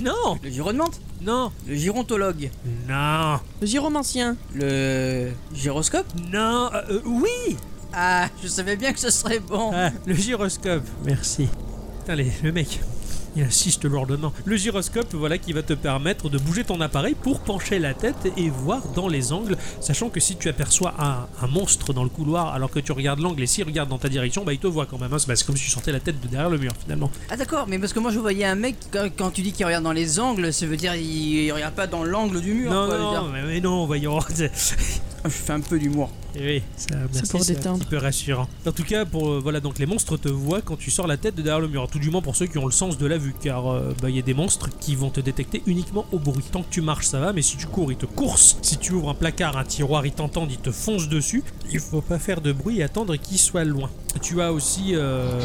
S1: Non
S2: le gyrodemante,
S1: Non
S2: le gyrontologue,
S1: Non
S3: Gyromancien.
S2: le gyroscope.
S1: Non Euh, euh, Oui
S2: Ah, je savais bien que ce serait bon.
S1: Ah, Le gyroscope, merci. Putain, les- le mec, il insiste lourdement. Le gyroscope, voilà, qui va te permettre de bouger ton appareil pour pencher la tête et voir dans les angles, sachant que si tu aperçois un, un monstre dans le couloir alors que tu regardes l'angle et s'il regarde dans ta direction, bah il te voit quand même. hein. C'est bah, c'est comme si tu sortais la tête de derrière le mur finalement.
S2: Ah d'accord, mais parce que moi je voyais un mec, quand, quand tu dis qu'il regarde dans les angles, ça veut dire il, il regarde pas dans l'angle du mur.
S1: Non,
S2: quoi, je
S1: non,
S2: veux
S1: mais, mais non, voyons.
S2: dire. Je fais un peu d'humour.
S1: Eh oui, ça, merci,
S3: pour
S1: c'est un
S3: détendre.
S1: petit peu rassurant. En tout cas, pour euh, voilà, donc les monstres te voient quand tu sors la tête de derrière le mur. Tout du moins pour ceux qui ont le sens de la vue, car euh, bah, il y a des monstres qui vont te détecter uniquement au bruit. Tant que tu marches, ça va, mais si tu cours, ils te coursent. Si tu ouvres un placard, un tiroir, ils t'entendent, ils te foncent dessus. Il faut pas faire de bruit et attendre qu'ils soient loin. Tu as aussi euh,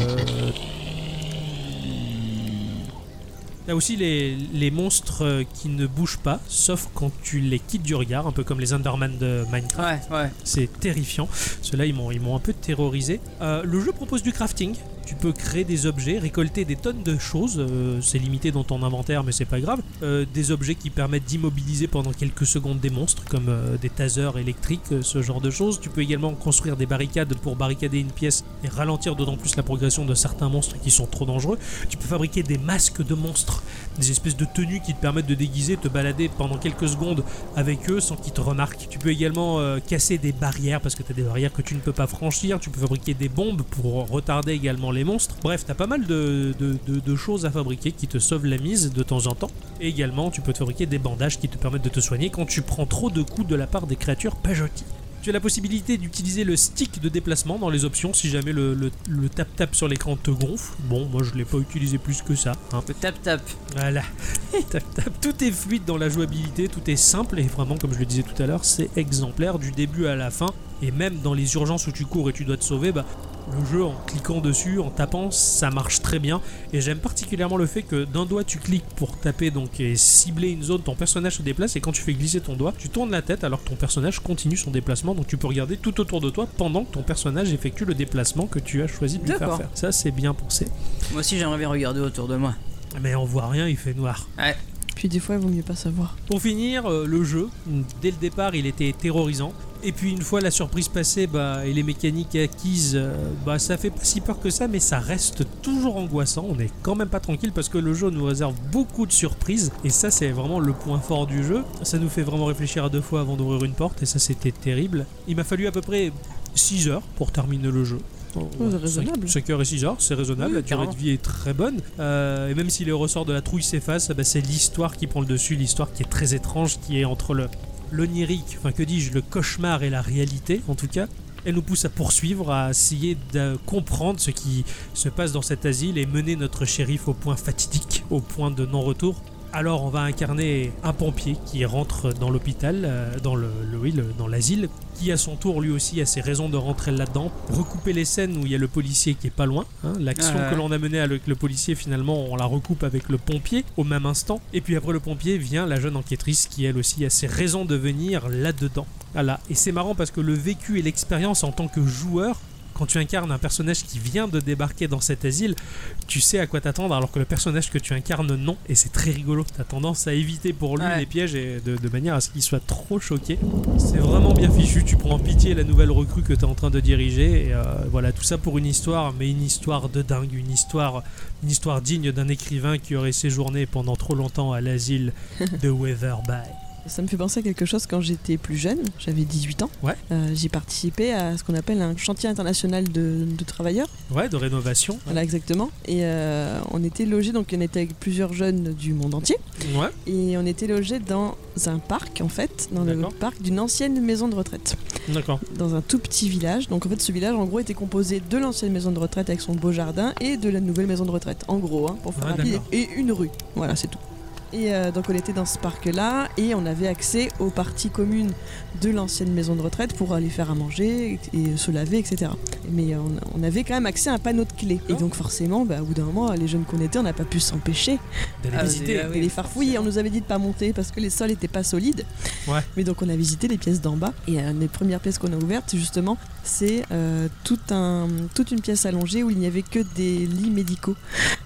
S1: Là aussi, les, les monstres euh, qui ne bougent pas, sauf quand tu les quittes du regard, un peu comme les Underman de Minecraft.
S2: Ouais, ouais.
S1: C'est terrifiant. Ceux-là, ils m'ont ils m'ont un peu terrorisé. Euh, le jeu propose du crafting. Tu peux créer des objets, récolter des tonnes de choses. euh, c'est limité dans ton inventaire, mais c'est pas grave. Euh, des objets qui permettent d'immobiliser pendant quelques secondes des monstres, comme euh, des tasers électriques, euh, ce genre de choses. Tu peux également construire des barricades pour barricader une pièce et ralentir d'autant plus la progression de certains monstres qui sont trop dangereux. Tu peux fabriquer des masques de monstres, des espèces de tenues qui te permettent de déguiser, te balader pendant quelques secondes avec eux sans qu'ils te remarquent. Tu peux également euh, casser des barrières parce que tu as des barrières que tu ne peux pas franchir. Tu peux fabriquer des bombes pour retarder également les monstres. Bref, tu as pas mal de, de- de- de choses à fabriquer qui te sauvent la mise de temps en temps. Et également, tu peux te fabriquer des bandages qui te permettent de te soigner quand tu prends trop de coups de la part des créatures pajotis. Tu as la possibilité d'utiliser le stick de déplacement dans les options si jamais le, le- le tap-tap sur l'écran te gonfle. Bon, moi je l'ai pas utilisé plus que ça. hein.
S2: Le tap-tap.
S1: Voilà. Tap, tap. Tout est fluide dans la jouabilité, tout est simple et vraiment, comme je le disais tout à l'heure, c'est exemplaire du début à la fin. Et même dans les urgences où tu cours et tu dois te sauver, bah, le jeu en cliquant dessus, en tapant, ça marche très bien. Et j'aime particulièrement le fait que d'un doigt tu cliques pour taper donc et cibler une zone, ton personnage se déplace et quand tu fais glisser ton doigt, tu tournes la tête alors que ton personnage continue son déplacement. Donc tu peux regarder tout autour de toi pendant que ton personnage effectue le déplacement que tu as choisi de lui faire
S2: D'accord.
S1: faire. Ça c'est bien pensé.
S2: Moi aussi j'aimerais bien regarder autour de moi.
S1: Mais on voit rien, il fait noir.
S3: Puis des fois, il vaut mieux pas savoir.
S1: Pour finir, euh, le jeu, dès le départ, il était terrorisant. Et puis une fois la surprise passée bah, et les mécaniques acquises, euh, bah, ça fait pas si peur que ça, mais ça reste toujours angoissant. On est quand même pas tranquille parce que le jeu nous réserve beaucoup de surprises. Et ça, c'est vraiment le point fort du jeu. Ça nous fait vraiment réfléchir à deux fois avant d'ouvrir une porte, et ça, c'était terrible. Il m'a fallu à peu près 6 heures pour terminer le jeu.
S3: c'est raisonnable.
S1: 5 heures et 6 heures, c'est raisonnable.
S2: Oui,
S1: la durée
S2: carrément.
S1: de vie est très bonne. Euh, et même si les ressorts de la trouille s'effacent, bah, c'est l'histoire qui prend le dessus, l'histoire qui est très étrange, qui est entre le l'onirique, enfin que dis-je, le cauchemar et la réalité en tout cas. Elle nous pousse à poursuivre, à essayer de comprendre ce qui se passe dans cet asile et mener notre shérif au point fatidique, au point de non-retour. Alors on va incarner un pompier qui rentre dans l'hôpital, euh, dans le, le- oui, le- dans l'asile, qui à son tour lui aussi a ses raisons de rentrer là-dedans, recouper les scènes où il y a le policier qui est pas loin. hein. L'action
S2: Ouais.
S1: que l'on a menée avec le policier finalement, on la recoupe avec le pompier au même instant. Et puis après le pompier vient la jeune enquêtrice qui elle aussi a ses raisons de venir là-dedans. Voilà. Et c'est marrant parce que le vécu et l'expérience en tant que joueur quand tu incarnes un personnage qui vient de débarquer dans cet asile, tu sais à quoi t'attendre, alors que le personnage que tu incarnes, non. Et c'est très rigolo. T'as tendance à éviter pour lui
S2: Ouais.
S1: les pièges et de, de manière à ce qu'il soit trop choqué. C'est vraiment bien fichu. Tu prends en pitié la nouvelle recrue que t'es en train de diriger. Et euh, voilà, tout ça pour une histoire, mais une histoire de dingue, une histoire, une histoire digne d'un écrivain qui aurait séjourné pendant trop longtemps à l'asile de Weatherby.
S3: Ça me fait penser à quelque chose quand j'étais plus jeune, j'avais 18 ans.
S1: Ouais.
S3: Euh, J'ai participé à ce qu'on appelle un chantier international de, de travailleurs,
S1: Ouais, de rénovation.
S3: voilà exactement. Et euh, on était logés, donc on était avec plusieurs jeunes du monde entier,
S1: Ouais.
S3: et on était logés dans un parc en fait, dans le
S1: D'accord.
S3: parc d'une ancienne maison de retraite.
S1: D'accord.
S3: dans un tout petit village. Donc en fait, ce village, en gros, était composé de l'ancienne maison de retraite avec son beau jardin et de la nouvelle maison de retraite, en gros, hein, pour faire
S1: Ouais,
S3: rapide,
S1: d'accord.
S3: et une rue. Voilà, c'est tout. Et euh, donc on était dans ce parc-là et on avait accès aux parties communes de l'ancienne maison de retraite pour aller faire à manger et se laver, etc. Mais euh, on, on avait quand même accès à un panneau de clés. Et donc forcément, bah, au bout d'un moment, les jeunes qu'on était, on n'a pas pu s'empêcher
S1: D'aller
S2: Ah,
S1: visiter.
S2: c'est-
S3: et les farfouilles, on nous avait dit de pas monter parce que les sols étaient pas solides.
S1: Ouais.
S3: Mais donc on a visité les pièces d'en bas. Et euh, une des premières pièces qu'on a ouvertes, justement, c'est euh, tout un, toute une pièce allongée où il n'y avait que des lits médicaux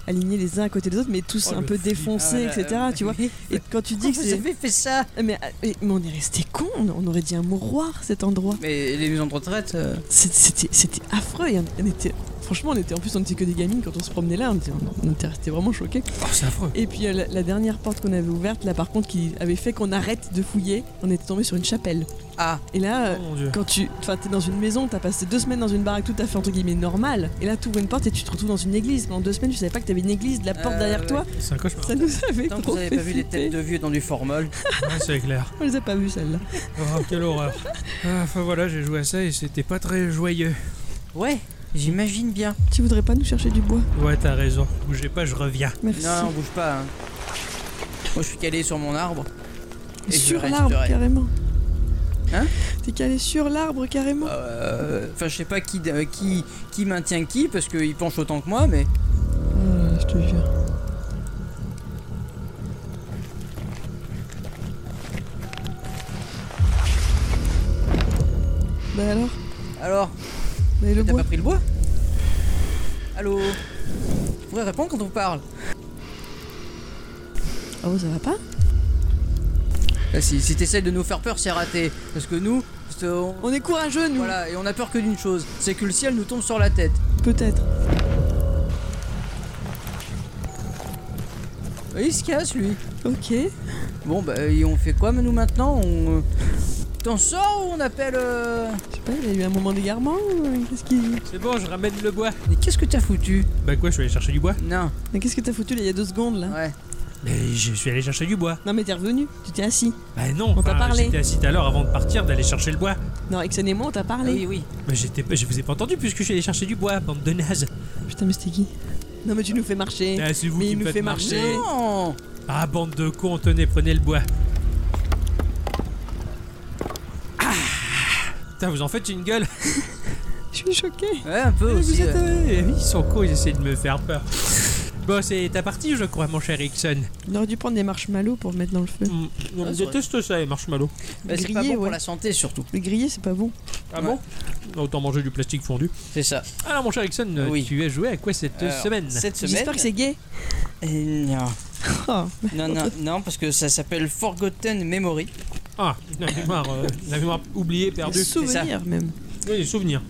S3: alignés les uns à côté des autres, mais tous
S1: Oh,
S3: un
S1: le
S3: peu
S1: flip.
S3: défoncés,
S2: Ah, voilà,
S3: etc.
S2: euh,
S3: tu vois.
S2: oui.
S3: Et quand tu dis que c'est.
S2: fait ça
S3: Mais, ah, mais- mais on est resté con, on aurait dit un mouroir cet endroit.
S2: Mais les maisons de retraite, euh,
S3: C'est- C'était c'était affreux. et on- on était- franchement, on était en plus, on était que des gamines quand on se promenait là. On était, on était restés vraiment choqués.
S1: Oh, c'est affreux.
S3: Et puis euh, la, la dernière porte qu'on avait ouverte, là par contre, qui avait fait qu'on arrête de fouiller, on était tombé sur une chapelle.
S2: ah,
S3: Et là, euh,
S1: Oh, mon Dieu.
S3: quand tu, enfin, t'es dans une maison, t'as passé deux semaines dans une baraque tout à fait entre guillemets normale, et là t'ouvres une porte et tu te retrouves dans une église. Pendant deux semaines, tu savais pas que t'avais une église, de la porte
S2: Euh,
S3: derrière
S2: ouais.
S3: toi.
S1: C'est un cauchemar.
S3: Ça nous avait
S2: tant que
S3: trop
S2: vous avez
S3: fait
S2: pas vu les
S3: flipper.
S2: têtes de vieux dans du formol.
S1: Ouais, c'est clair.
S3: On les a pas vues celles-là.
S1: Oh, quelle horreur. Ah, Enfin voilà, j'ai joué à ça et c'était pas très joyeux.
S2: Ouais, j'imagine bien.
S3: Tu voudrais pas nous chercher du bois
S1: Ouais, t'as raison. Bougez pas, je reviens.
S3: Merci.
S2: Non, on bouge pas. hein. Moi, je suis calé sur mon arbre. Et je
S3: sur
S2: resterai.
S3: l'arbre carrément.
S2: Hein
S3: T'es calé sur l'arbre carrément.
S2: Euh, Enfin, je sais pas qui, euh, qui, qui maintient qui, parce qu'il penche autant que moi, mais.
S3: Ah, je te jure. Bah alors,
S2: Alors,
S3: vous avez le
S2: t'as
S3: bois
S2: pas pris le bois Allô Vous pourrez répondre quand on parle
S3: Oh, ça va pas
S2: Là, Eh, Si, si t'essayes de nous faire peur, c'est raté. Parce que nous, c'est- on-
S3: On est courageux, nous
S2: Voilà, et on a peur que d'une chose, c'est que le ciel nous tombe sur la tête.
S3: Peut-être.
S2: Et il se casse, lui.
S3: Ok.
S2: Bon, bah, et on fait quoi, nous, maintenant On. euh, T'en sors ou on appelle. euh,
S3: Je sais pas, il a eu un moment d'égarement ou euh, qu'est-ce qu'il-
S1: C'est bon, je ramène le bois.
S2: Mais qu'est-ce que t'as foutu
S1: Bah quoi, je suis allé chercher du bois
S2: Non,
S3: Mais qu'est-ce que t'as foutu là il y a deux secondes là
S2: ouais.
S1: Mais je suis allé chercher du bois.
S3: Non, mais t'es revenu, tu t'es assis.
S1: Bah non,
S3: On t'a
S1: enfin,
S3: parlé.
S1: j'étais assis tout à l'heure avant de partir d'aller chercher le bois.
S3: Non, Exxon et moi, on t'a
S2: Ah
S3: parlé.
S2: oui, oui.
S1: Mais j'étais, je vous ai pas entendu puisque je suis allé chercher du bois, bande de nazes.
S3: Putain, mais c'était qui Non, mais tu nous fais marcher.
S1: Ah, c'est vous
S3: mais
S1: qui
S3: il
S1: me
S3: nous
S1: faites
S3: fait
S1: marcher.
S3: marcher.
S2: Non
S1: Ah, bande de cons, tenez, prenez le bois. Ah Putain, vous en faites une gueule.
S3: Je suis choquée.
S2: Ouais, un peu aussi.
S1: Vous êtes,
S2: ouais.
S1: euh, Ils sont cons, ils essaient de me faire peur. Bon, c'est ta partie, je crois, mon cher Ixon.
S3: On aurait dû prendre des marshmallows pour mettre dans le feu.
S1: Mm, On
S2: Ah, c'est
S1: déteste ça, les marshmallows.
S2: Bah, c'est pas bon
S3: euh, Grillé,
S2: pour
S3: ouais.
S2: la santé, surtout.
S3: Le grillé, c'est pas bon.
S1: Ah
S2: Ouais.
S1: bon Autant manger du plastique fondu.
S2: C'est ça.
S1: Alors, mon cher Ixon, euh,
S2: Oui.
S1: tu as joué à quoi cette
S2: Alors,
S1: semaine
S2: Cette semaine.
S3: J'espère que c'est gay.
S2: Euh, non.
S3: Oh.
S2: non, non, non, parce que ça s'appelle Forgotten Memory.
S1: Ah, la mémoire, euh, la mémoire oubliée, perdue.
S2: C'est
S3: Souvenir même.
S1: Oui, les souvenirs.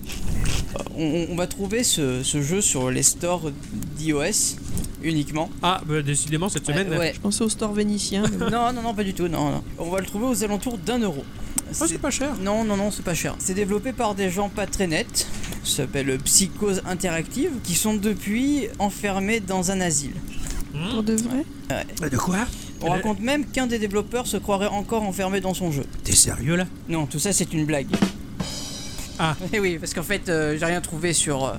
S2: On, on- on va trouver ce, ce jeu sur les stores d'iOS uniquement.
S1: Ah, bah, décidément, cette semaine.
S2: Euh, ouais.
S3: Je pensais au store vénitien. mais bon.
S2: non, non, non, pas du tout. Non, non. On va le trouver aux alentours d'un euro.
S1: Ah, c'est pas cher.
S2: Non, non, non, c'est pas cher. C'est développé par des gens pas très nets, ça s'appelle Psychose Interactive, qui sont depuis enfermés dans un asile.
S3: Pour de vrai
S1: Bah, de quoi
S2: On raconte même qu'un des développeurs se croirait encore enfermé dans son jeu.
S1: T'es sérieux là
S2: Non, tout ça c'est une blague.
S1: Ah.
S2: Eh oui, parce qu'en fait, euh, j'ai rien trouvé sur. euh,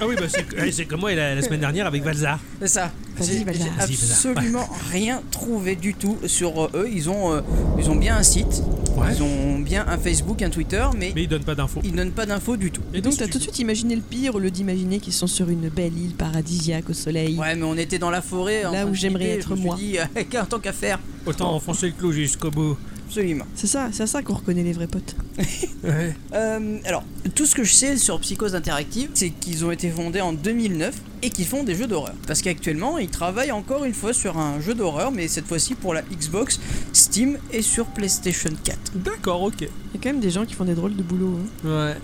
S1: Ah oui, bah, c'est eh, c'est comme moi la, la semaine dernière avec Valzar.
S2: C'est ça.
S3: Vas-y,
S2: J'ai
S3: Balzar.
S2: j'ai
S1: Vas-y, Balzar.
S2: absolument rien trouvé du tout sur euh, eux. Ils ont, euh, ils ont bien un site,
S1: Ouais.
S2: ils ont bien un Facebook, un Twitter, mais,
S1: Mais ils donnent pas d'infos.
S2: ils donnent pas d'infos du tout.
S3: Et donc t'as tout de suite imaginé le pire au lieu d'imaginer qu'ils sont sur une belle île paradisiaque au soleil.
S2: Ouais, mais on était dans la forêt. en
S3: Là
S2: train
S3: où
S2: de
S3: j'aimerais
S2: guider,
S3: être
S2: je me suis
S3: moi.
S2: dit, euh, qu'en tant qu'à faire.
S1: Autant enfoncer le clou jusqu'au bout.
S2: Absolument.
S3: C'est ça, c'est à ça qu'on reconnaît les vrais potes.
S1: Ouais.
S2: Euh, alors, tout ce que je sais sur Psychose Interactive, c'est qu'ils ont été fondés en 2009 et qu'ils font des jeux d'horreur. Parce qu'actuellement, ils travaillent encore une fois sur un jeu d'horreur, mais cette fois-ci pour la Xbox, Steam et sur PlayStation 4.
S1: D'accord, ok.
S3: Il y a quand même des gens qui font des drôles de boulot. hein.
S1: Ouais.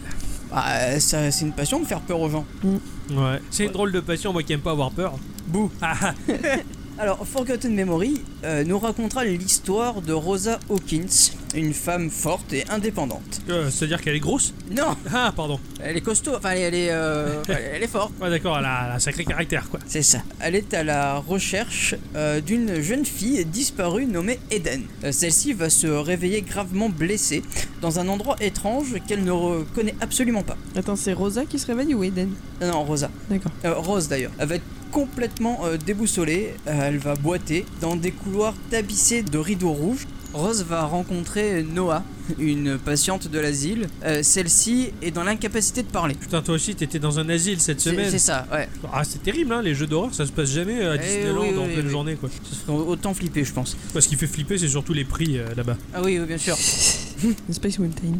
S2: Ah, ça, c'est une passion de faire peur aux gens.
S1: Ouais. C'est une drôle de passion, moi qui aime pas avoir peur.
S2: Bouh.
S1: Ah,
S2: Alors, Forgotten Memory euh, nous racontera l'histoire de Rosa Hawkins, une femme forte et indépendante.
S1: euh, C'est-à-dire qu'elle est grosse
S2: Non,
S1: Ah, pardon.
S2: elle est costaud, enfin elle est, euh, elle est forte.
S1: Ouais, d'accord, elle a, elle a un sacré caractère, quoi.
S2: C'est ça. Elle est à la recherche euh, d'une jeune fille disparue nommée Eden. Euh, Celle-ci va se réveiller gravement blessée dans un endroit étrange qu'elle ne reconnaît absolument pas.
S3: Attends, c'est Rosa qui se réveille ou Eden
S2: Ah Non, Rosa.
S3: D'accord.
S2: Euh, Rose d'ailleurs. Elle va être complètement euh, déboussolée. Euh, elle va boiter dans des couloirs tapissés de rideaux rouges. Rose va rencontrer Noah, une patiente de l'asile. Euh, Celle-ci est dans l'incapacité de parler.
S1: Putain, toi aussi, t'étais dans un asile cette
S2: C'est
S1: semaine.
S2: c'est ça, ouais.
S1: Ah, c'est terrible, hein, les jeux d'horreur, ça se passe jamais euh, à
S2: Eh
S1: Disneyland
S2: oui, oui,
S1: en
S2: oui,
S1: pleine
S2: oui.
S1: journée, quoi.
S2: Ça serait autant flipper, je pense.
S1: Ce qui fait flipper, c'est surtout les prix euh, là-bas.
S2: Ah oui, oui, bien sûr.
S3: The Space Mountain.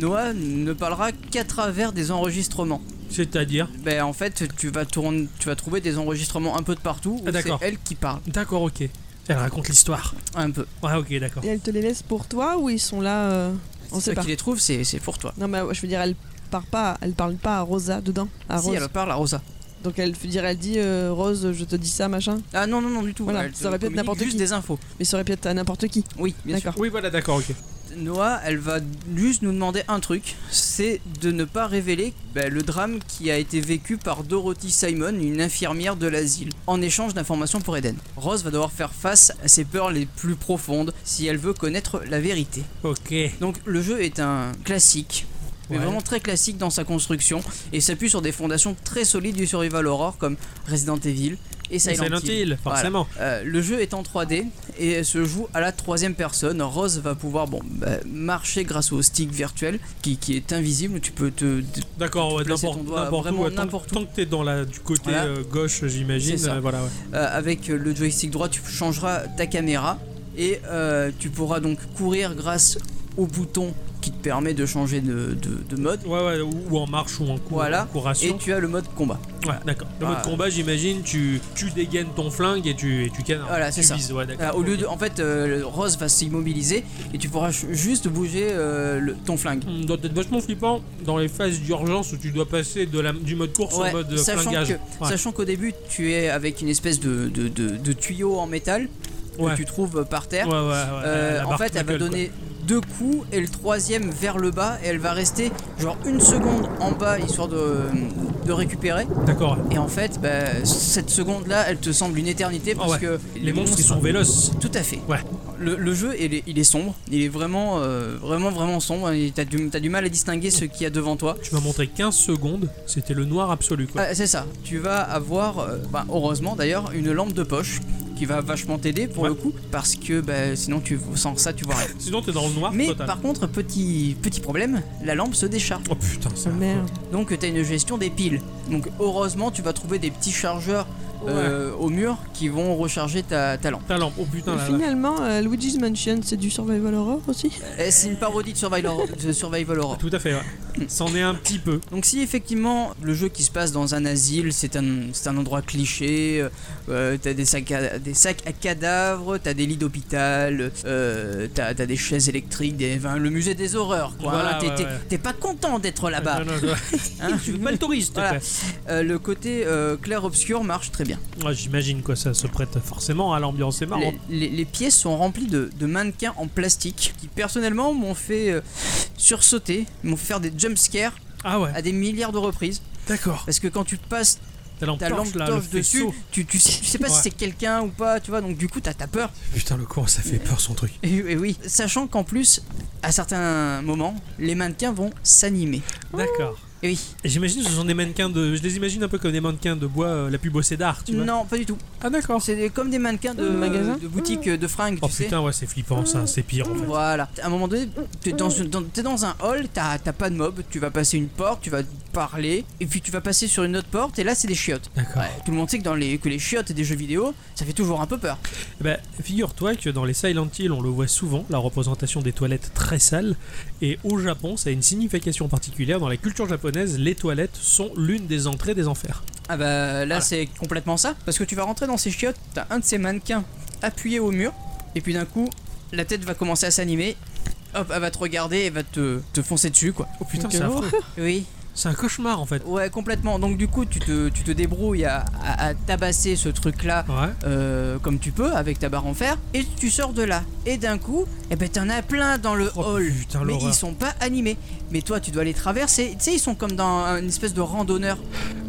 S2: Noah ne parlera qu'à travers des enregistrements.
S1: C'est-à-dire
S2: Ben en fait, tu vas tourner, tu vas trouver des enregistrements un peu de partout où
S1: Ah,
S2: c'est
S1: d'accord.
S2: elle qui parle
S1: D'accord, ok. Elle raconte l'histoire.
S2: un peu.
S1: Ouais, ok, d'accord.
S3: Et elle te les laisse pour toi ou ils sont là euh, On
S2: Oh. C'est
S3: sait
S2: toi
S3: pas.
S2: qui les trouve, c'est c'est pour toi.
S3: Non, mais je veux dire, elle part pas, elle parle pas à Rosa dedans, à
S2: si
S3: Rose.
S2: elle parle à Rosa.
S3: Donc elle veut dire, elle dit euh, Rose, je te dis ça, machin.
S2: Ah non non non du tout.
S3: Voilà,
S2: elle te
S3: ça aurait pu être
S2: communique
S3: n'importe
S2: juste
S3: qui.
S2: des infos.
S3: Mais ça aurait pu être à n'importe qui.
S2: Oui, bien sûr.
S3: D'accord.
S1: Oui, voilà, d'accord, ok.
S2: Noah, elle va juste nous demander un truc, c'est de ne pas révéler ben, le drame qui a été vécu par Dorothy Simon, une infirmière de l'asile, en échange d'informations pour Eden. Rose va devoir faire face à ses peurs les plus profondes si elle veut connaître la vérité.
S1: Ok.
S2: Donc le jeu est un classique, mais
S1: Ouais.
S2: vraiment très classique dans sa construction et s'appuie sur des fondations très solides du survival horror comme Resident Evil et Silent,
S1: Silent
S2: Hill.
S1: Hill, forcément.
S2: Euh, le jeu est en 3D et se joue à la troisième personne. Rose va pouvoir bon, bah, marcher grâce au stick virtuel qui, qui est invisible. Tu peux te. euh, te-
S1: D'accord, ouais,
S2: placer ton
S1: n'importe
S2: doigt
S1: n'importe
S2: vraiment
S1: où, euh, tant-
S2: n'importe où.
S1: Tant que t'es dans la, du côté
S2: Voilà.
S1: euh, gauche, j'imagine.
S2: C'est ça.
S1: euh, voilà, ouais.
S2: euh, avec le joystick droit, tu changeras ta caméra et euh, tu pourras donc courir grâce au bouton qui te permet de changer de, de- de mode.
S1: Ouais, ouais, ou, ou en marche ou en cours.
S2: Voilà.
S1: En
S2: Et
S1: couration.
S2: tu as le mode combat.
S1: Ouais, d'accord. Le
S2: Ah.
S1: mode combat, j'imagine, tu, tu dégaines ton flingue et tu, et tu canards.
S2: Voilà, c'est
S1: Tu
S2: ça.
S1: vises, ouais,
S2: Euh,
S1: d'accord.
S2: au lieu
S1: ok.
S2: de, en fait, euh, Rose va s'immobiliser et tu pourras ch- juste bouger euh, le- ton flingue.
S1: On Hmm, doit être vachement flippant dans les phases d'urgence où tu dois passer de la, du mode course
S2: Ouais,
S1: au mode
S2: sachant
S1: flingage.
S2: que-
S1: Ouais.
S2: Sachant qu'au début, tu es avec une espèce de, de, de- de tuyau en métal
S1: Ouais.
S2: que tu trouves par terre.
S1: Ouais, ouais, ouais,
S2: Euh,
S1: la- la
S2: en
S1: barre
S2: fait, elle va
S1: Michael, quoi.
S2: donner deux coups et le troisième vers le bas et elle va rester genre une seconde en bas histoire de, de récupérer.
S1: D'accord.
S2: Et en fait, bah, cette seconde-là, elle te semble une éternité parce
S1: Ah ouais.
S2: que
S1: Les monstres, ils sont véloces.
S2: Tout à fait.
S1: Ouais.
S2: Le, le jeu, il est, il est sombre. Il est vraiment, euh, vraiment, vraiment sombre. Et T'as du, t'as du mal à distinguer ce qu'il y a devant toi.
S1: Tu m'as montré 15 secondes, c'était le noir absolu, quoi.
S2: Ah, c'est ça. Tu vas avoir, euh, bah, heureusement d'ailleurs, une lampe de poche qui va vachement t'aider pour
S1: Ouais.
S2: le coup, parce que bah, sinon tu sans ça tu vois rien.
S1: Sinon, t'es dans le noir
S2: Mais
S1: Ah, total.
S2: par contre, petit petit problème, la lampe se décharge.
S1: Oh putain, ça.
S3: Oh merde.
S2: Donc t'as une gestion des piles. Donc heureusement, tu vas trouver des petits chargeurs euh, au mur qui vont recharger ta, ta lampe.
S1: Ta lampe, oh putain,
S3: Mais
S1: là, là.
S3: finalement, euh, Luigi's Mansion, c'est du survival horror aussi
S2: Eh, C'est une parodie de Survival, de survival Horror.
S1: Tout à fait, ouais. C'en est un petit peu.
S2: Donc si effectivement le jeu qui se passe dans un asile, c'est un, c'est un endroit cliché, euh, t'as des sacs, à, des sacs à cadavres, t'as des lits d'hôpital, euh, t'as, t'as des chaises électriques, des, enfin, le musée des horreurs, quoi.
S1: Voilà,
S2: hein, t'es,
S1: ouais,
S2: t'es-
S1: ouais. Euh,
S2: t'es pas content d'être là-bas.
S1: Non, non, non.
S2: hein.
S1: Je veux pas le touriste, quoi.
S2: Voilà. Euh, le côté euh, clair-obscur marche très bien.
S1: Ouais, J'imagine, quoi, ça se prête forcément à l'ambiance, c'est marrant.
S2: Les, les- les pièces sont remplies de, de mannequins en plastique qui personnellement m'ont fait euh, sursauter, m'ont fait faire des jumpscares
S1: Ah ouais,
S2: à des milliards de reprises.
S1: d'accord.
S2: Parce que quand tu passes
S1: Ta lampe
S2: ta
S1: torche,
S2: lampe
S1: là, le
S2: torche dessus,
S1: faisceau.
S2: tu, tu, sais, tu sais pas
S1: Ouais.
S2: si c'est quelqu'un ou pas, tu vois, donc du coup t'as t'as peur.
S1: Putain, le con, ça fait peur, son truc.
S2: Et, et oui, sachant qu'en plus, à certains moments, les mannequins vont s'animer.
S1: Ah. D'accord.
S2: Et oui.
S1: J'imagine que ce sont des mannequins de. Je les imagine un peu comme des mannequins de bois, euh, la plus bossée d'art, tu vois.
S2: Non, pas du tout.
S1: Ah d'accord.
S2: C'est des- comme des mannequins de,
S3: De magasin
S2: de boutiques euh, de fringues,
S1: Oh
S2: tu sais.
S1: putain, ouais, c'est flippant ça, c'est pire en fait.
S2: Voilà. À un moment donné, t'es dans, une- dans- t'es dans un hall, t'as t'as pas de mob, tu vas passer une porte, tu vas parler, et puis tu vas passer sur une autre porte, et là c'est des chiottes.
S1: D'accord.
S2: Ouais, tout le monde sait que, dans les, que les chiottes des jeux vidéo, ça fait toujours un peu peur.
S1: Eh ben, figure-toi que dans les Silent Hill, on le voit souvent, la représentation des toilettes très sales. Et au Japon, ça a une signification particulière. Dans la culture japonaise, les toilettes sont l'une des entrées des enfers.
S2: Ah bah là
S1: Voilà.
S2: c'est complètement ça, parce que tu vas rentrer dans ces chiottes, t'as un de ces mannequins appuyé au mur, et puis d'un coup, la tête va commencer à s'animer, hop, elle va te regarder et va te, te foncer dessus quoi.
S1: Oh putain,
S3: Ok.
S1: c'est affreux.
S2: Oui.
S1: C'est un cauchemar en fait.
S2: Ouais, complètement. Donc du coup, tu te, tu te débrouilles à, à- à tabasser ce truc-là
S1: Ouais.
S2: euh, comme tu peux avec ta barre en fer, et tu sors de là. Et d'un coup, eh ben t'en as plein dans le
S1: Oh
S2: hall.
S1: putain,
S2: mais ils
S1: l'horreur.
S2: sont pas animés. Mais toi, tu dois les traverser. Tu sais, ils sont comme dans une espèce de randonneur.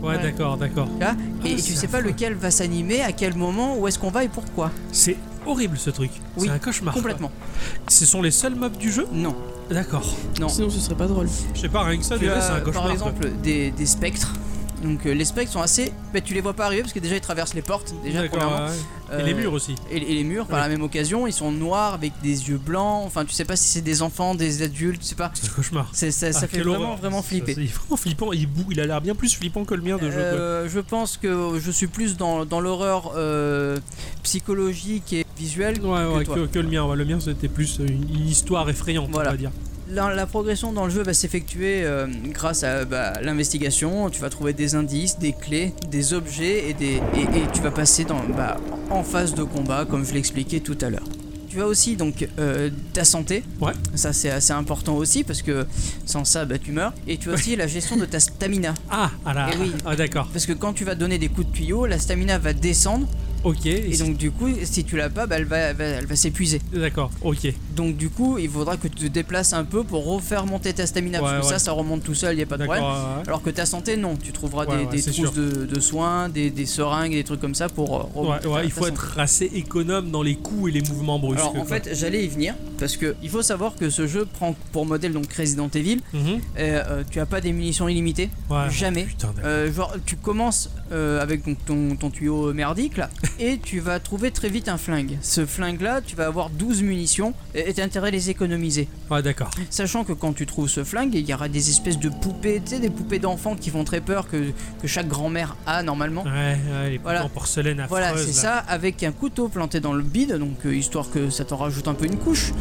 S1: Ouais, d'accord, d'accord.
S2: Là, et
S1: Ah,
S2: tu
S1: c'est
S2: sais pas
S1: affreux.
S2: lequel va s'animer, à quel moment, où est-ce qu'on va et pourquoi.
S1: C'est horrible ce truc.
S2: Oui,
S1: c'est un cauchemar. quoi.
S2: Complètement.
S1: Ce sont les seuls mobs du jeu
S2: Non.
S1: D'accord.
S2: Non.
S3: Sinon, ce serait pas drôle.
S1: Je sais pas, rien que ça,
S2: Tu
S1: déjà,
S2: as,
S1: Ah, c'est un cauchemar.
S2: Euh, par
S1: quoi.
S2: exemple, des, des spectres. Donc euh, les spectres sont assez. Bah, tu les vois pas arriver parce que déjà ils traversent les portes. Déjà,
S1: D'accord,
S2: premièrement.
S1: ouais.
S2: Euh,
S1: Et les murs aussi.
S2: et, et les murs par
S1: Oui.
S2: la même occasion ils sont noirs avec des yeux blancs enfin tu sais pas si c'est des enfants des adultes tu sais pas
S1: C'est un cauchemar.
S2: C'est- ça, ça
S1: Ah,
S2: fait
S1: quelle
S2: vraiment
S1: horreur.
S2: vraiment flipper
S1: Ça, c'est vraiment flippant. Il, bou- il a l'air bien plus flippant que le mien de jeu. quoi.
S2: Euh, je pense que je suis plus dans, dans l'horreur euh, psychologique et visuelle
S1: Ouais, ouais,
S2: toi.
S1: que, que le mien. ouais. le mien, c'était plus euh, une, une histoire effrayante,
S2: Voilà.
S1: on va dire.
S2: La, la progression dans le jeu va s'effectuer euh, grâce à bah, l'investigation. Tu vas trouver des indices, des clés, des objets et, des, et, et tu vas passer dans, bah, en phase de combat, comme je l'expliquais tout à l'heure. Tu as aussi donc euh, ta santé.
S1: Ouais.
S2: Ça c'est assez important aussi parce que sans ça bah, tu meurs. Et tu as aussi la gestion de ta stamina.
S1: Ah, ah là.
S2: Eh oui.
S1: Ah, d'accord.
S2: Parce que quand tu vas donner des coups de tuyau, la stamina va descendre
S1: Ok.
S2: et
S1: c'est-
S2: donc du coup si tu l'as pas, bah, elle va, elle va- elle va s'épuiser.
S1: D'accord, ok.
S2: Donc du coup, il faudra que tu te déplaces un peu pour refaire monter ta stamina.
S1: Ouais,
S2: parce que
S1: ouais.
S2: ça, ça remonte tout seul, il n'y a pas de problème.
S1: D'accord. ouais.
S2: Alors que ta santé, non. Tu trouveras
S1: Ouais,
S2: des,
S1: ouais,
S2: des
S1: c'est sûr.
S2: trousses de, de soins, des, des seringues, des trucs comme ça pour euh,
S1: Ouais,
S2: remonter
S1: ouais,
S2: ta-
S1: il
S2: ta
S1: faut
S2: santé.
S1: être assez économe dans les coups et les mouvements brusques.
S2: Alors en
S1: quoi.
S2: fait, j'allais y venir parce que il faut savoir que ce jeu prend pour modèle donc Resident Evil.
S1: Mhm.
S2: et, euh, tu as pas des munitions illimitées,
S1: Ouais.
S2: jamais.
S1: Putain, d'accord.
S2: Euh, genre, tu commences euh, avec donc ton, ton tuyau euh, merdique là, et tu vas trouver très vite un flingue. Ce flingue là, tu vas avoir 12 munitions et et t'as intérêt à les économiser.
S1: Ouais, d'accord.
S2: Sachant que quand tu trouves ce flingue, il y aura des espèces de poupées, tu sais, des poupées d'enfants qui font très peur, que, que chaque grand-mère a normalement.
S1: Ouais, ouais, les
S2: Voilà.
S1: voilà. en porcelaine affreuse.
S2: Voilà, c'est
S1: Ah, là.
S2: ça, avec un couteau planté dans le bide, donc euh, histoire que ça t'en rajoute un peu une couche.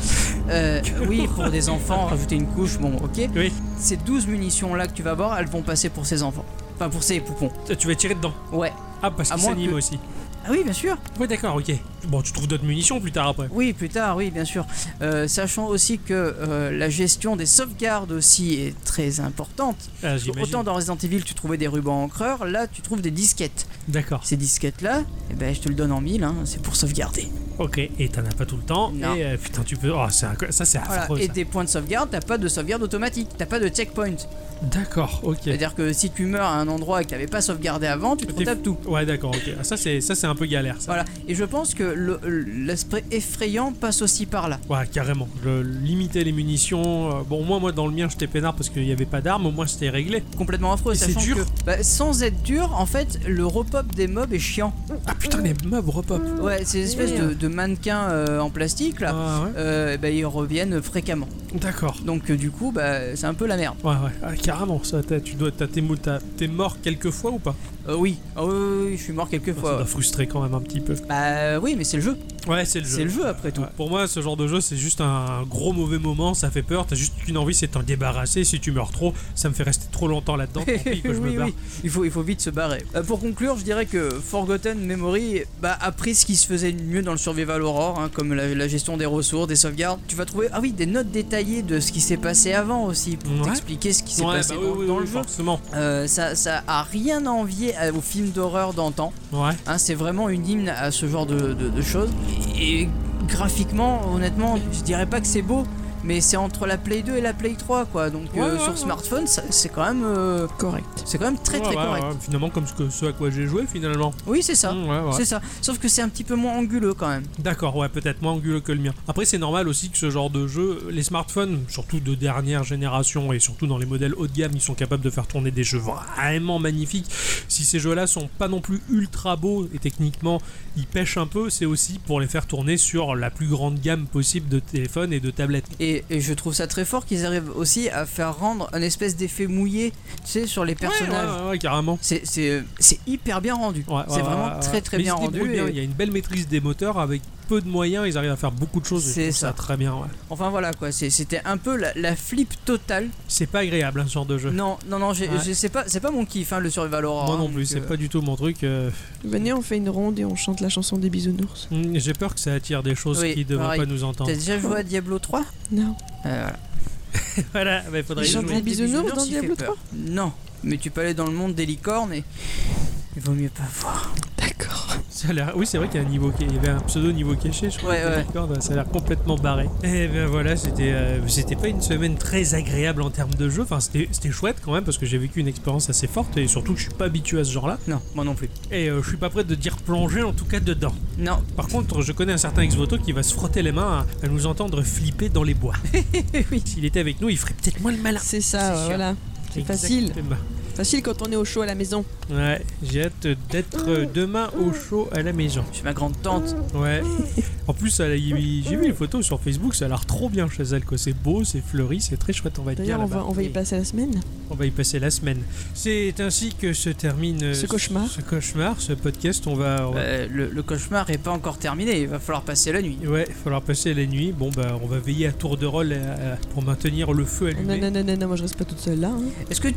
S2: Euh, oui, pour des enfants, rajouter une couche, bon, ok.
S1: Oui.
S2: Ces 12 munitions-là que tu vas avoir, elles vont passer pour ces enfants. Enfin, pour ces poupons.
S1: Tu- Tu vas tirer dedans.
S2: Ouais.
S1: Ah, parce
S2: À
S1: qu'il
S2: moins
S1: s'anime
S2: que-
S1: aussi.
S2: Ah oui, bien sûr.
S1: Ouais, d'accord, ok. Bon, tu trouves d'autres munitions plus tard après.
S2: Oui, plus tard, oui, bien sûr. Euh, sachant aussi que euh, la gestion des sauvegardes aussi est très importante.
S1: Ah, j'imagine.
S2: Autant dans Resident Evil, tu trouvais des rubans encreurs, là, tu trouves des disquettes.
S1: D'accord.
S2: Ces disquettes-là, eh ben, je te le donne en mille, hein, c'est pour sauvegarder.
S1: Ok, et t'en as pas tout le temps.
S2: Non.
S1: Et euh, putain, tu peux. Oh, c'est inco- ça, c'est
S2: Voilà.
S1: affreux.
S2: Et
S1: ça.
S2: tes points de sauvegarde, t'as pas de sauvegarde automatique, t'as pas de checkpoint.
S1: D'accord, ok.
S2: C'est-à-dire que si tu meurs à un endroit et que t'avais pas sauvegardé avant, tu te
S1: T'es-
S2: retapes tout.
S1: Ouais, d'accord, ok. Ah, Ça, c'est ça, c'est un peu galère, ça.
S2: Voilà. Et je pense que le- l'aspect effrayant passe aussi par là.
S1: Ouais, carrément. Je limitais les munitions. euh, Bon, au moins, moi, dans le mien, j'étais peinard parce qu'il n'y avait pas d'armes. Au moins, c'était réglé.
S2: Complètement affreux,
S1: Et c'est
S2: sachant
S1: dur.
S2: que bah, sans être dur, en fait, le repop des mobs est chiant.
S1: Ah putain, les mobs repop.
S2: Ouais, ces espèces de, de mannequins euh, en plastique là,
S1: Ah, ouais.
S2: euh, bah, ils reviennent fréquemment.
S1: D'accord.
S2: Donc euh, du coup, bah, c'est un peu la merde.
S1: Ouais, ouais. Ah, carrément. Ça, t'as- tu dois, t'as tes mou- t'as- t'es mort quelques fois ou pas
S2: Euh, oui. Ah oui, oui, oui, je suis mort quelques
S1: Ça
S2: fois.
S1: doit frustrer quand même un petit peu.
S2: Bah oui, mais c'est le jeu.
S1: Ouais, c'est le jeu.
S2: C'est le jeu après tout.
S1: Ouais. Pour moi, ce genre de jeu, c'est juste un gros mauvais moment, ça fait peur, t'as juste une envie, c'est de t'en débarrasser. Si tu meurs trop, ça me fait rester trop longtemps là-dedans, tant pis que je
S2: Oui,
S1: me barre.
S2: oui, Il faut, il faut vite se barrer. Euh, pour conclure, je dirais que Forgotten Memory bah, a pris ce qui se faisait de mieux dans le Survival Horror, hein, comme la, la gestion des ressources, des sauvegardes. Tu vas trouver, ah oui, des notes détaillées de ce qui s'est passé avant aussi, pour
S1: Ouais.
S2: t'expliquer ce qui s'est
S1: Ouais,
S2: passé
S1: bah
S2: dans,
S1: oui, oui,
S2: dans
S1: oui,
S2: le jeu.
S1: forcément.
S2: Euh, ça, ça a rien à envier à- aux films d'horreur d'antan.
S1: Ouais.
S2: hein, c'est vraiment une hymne à ce genre de, de- de choses. Et graphiquement, honnêtement, je dirais pas que c'est beau. mais c'est entre la Play 2 et la Play 3 quoi. Donc euh,
S1: Ouais, ouais,
S2: sur
S1: ouais.
S2: smartphone, ça- c'est quand même euh,
S3: Correct.
S2: c'est quand même très très
S1: Ouais, ouais,
S2: correct.
S1: ouais, finalement, comme ce, que- ce à quoi j'ai joué, finalement.
S2: Oui, c'est ça.
S1: Mm, ouais, ouais.
S2: C'est ça. Sauf que c'est un petit peu moins anguleux quand même.
S1: D'accord, ouais, peut-être moins anguleux que le mien. Après, c'est normal aussi que ce genre de jeu, les smartphones, surtout de dernière génération et surtout dans les modèles haut de gamme, ils sont capables de faire tourner des jeux vraiment magnifiques. Si ces jeux-là sont pas non plus ultra beaux et techniquement ils pêchent un peu, c'est aussi pour les faire tourner sur la plus grande gamme possible de téléphones et de tablettes.
S2: Et, et je trouve ça très fort qu'ils arrivent aussi à faire rendre un espèce d'effet mouillé, tu sais, sur les personnages.
S1: Ouais, ouais, ouais, carrément.
S2: C'est- C'est c'est hyper bien rendu.
S1: Ouais,
S2: c'est
S1: ouais,
S2: vraiment
S1: ouais, ouais.
S2: très très
S1: Mais
S2: bien
S1: ils se débrouillent
S2: rendu.
S1: bien,
S2: et-
S1: Il y a une belle maîtrise des moteurs avec peu de moyens, ils arrivent à faire beaucoup de choses. et je
S2: C'est
S1: trouve ça.
S2: ça.
S1: très bien. ouais.
S2: Enfin voilà quoi, c'est- c'était un peu la, la flip totale.
S1: C'est pas agréable hein, ce genre de jeu.
S2: Non, non, non, j'ai-
S1: Ouais.
S2: j'ai- c'est pas, c'est pas mon kiff hein, le Survival Horror.
S1: Moi
S2: hein,
S1: non plus,
S2: donc,
S1: c'est
S2: euh,
S1: pas du tout mon truc. euh,
S3: Venez, on fait une ronde et on chante la chanson des bisounours.
S1: Mm, J'ai peur que ça attire des choses
S2: Oui,
S1: qui devraient
S2: pareil.
S1: pas nous entendre.
S2: T'as déjà joué à Diablo 3
S3: Non.
S2: Euh, voilà.
S1: voilà, mais faudrait
S3: Ils
S1: y
S3: chantent
S1: jouer.
S3: des bisounours dans
S2: il fait
S3: Diablo
S2: peur. Non, mais tu peux aller dans le monde des licornes et. Il vaut mieux pas voir.
S3: D'accord.
S1: Ça a l'air- Oui, c'est vrai qu'il y a un niveau qui- il y avait un pseudo niveau caché, je crois.
S2: Ouais, ouais.
S1: Discord, Ça a l'air complètement barré. Et ben voilà, c'était euh, c'était pas une semaine très agréable en termes de jeu. Enfin, c'était c'était chouette quand même parce que j'ai vécu une expérience assez forte et surtout que je suis pas habitué à ce genre-là.
S2: Non, moi non plus.
S1: Et euh, je suis pas prêt de dire plonger en tout cas dedans.
S2: Non,
S1: Par contre, je connais un certain ex-voto qui va se frotter les mains à, à nous entendre flipper dans les bois.
S2: Oui.
S1: S'il était avec nous, il ferait peut-être moins le malin.
S3: C'est
S2: C'est
S3: ça,
S2: sûr.
S3: voilà. C'est facile.
S1: Exactement.
S3: Facile quand on est au chaud à la maison.
S1: Ouais, j'ai hâte d'être euh, demain au chaud à la maison.
S2: je suis ma grande tante.
S1: Ouais. En plus, elle a- il- j'ai vu les photos sur Facebook, ça a l'air trop bien chez elle. quoi. C'est beau, c'est fleuri, c'est très chouette. On va être bien
S3: D'ailleurs, on va,
S1: là-bas.
S3: on va y passer la semaine.
S1: On va y passer la semaine. C'est ainsi que se termine euh,
S3: Ce cauchemar.
S1: Ce cauchemar, ce podcast. On va. on va-
S2: Euh, le, le cauchemar est pas encore terminé, il va falloir passer la nuit.
S3: Euh.
S1: Ouais, falloir passer la nuit. Bon, bah, on va veiller à tour de rôle euh, pour maintenir le feu
S3: Non,
S1: allumé.
S3: non, non, non, non, moi je reste pas toute seule là. hein.
S2: Est-ce que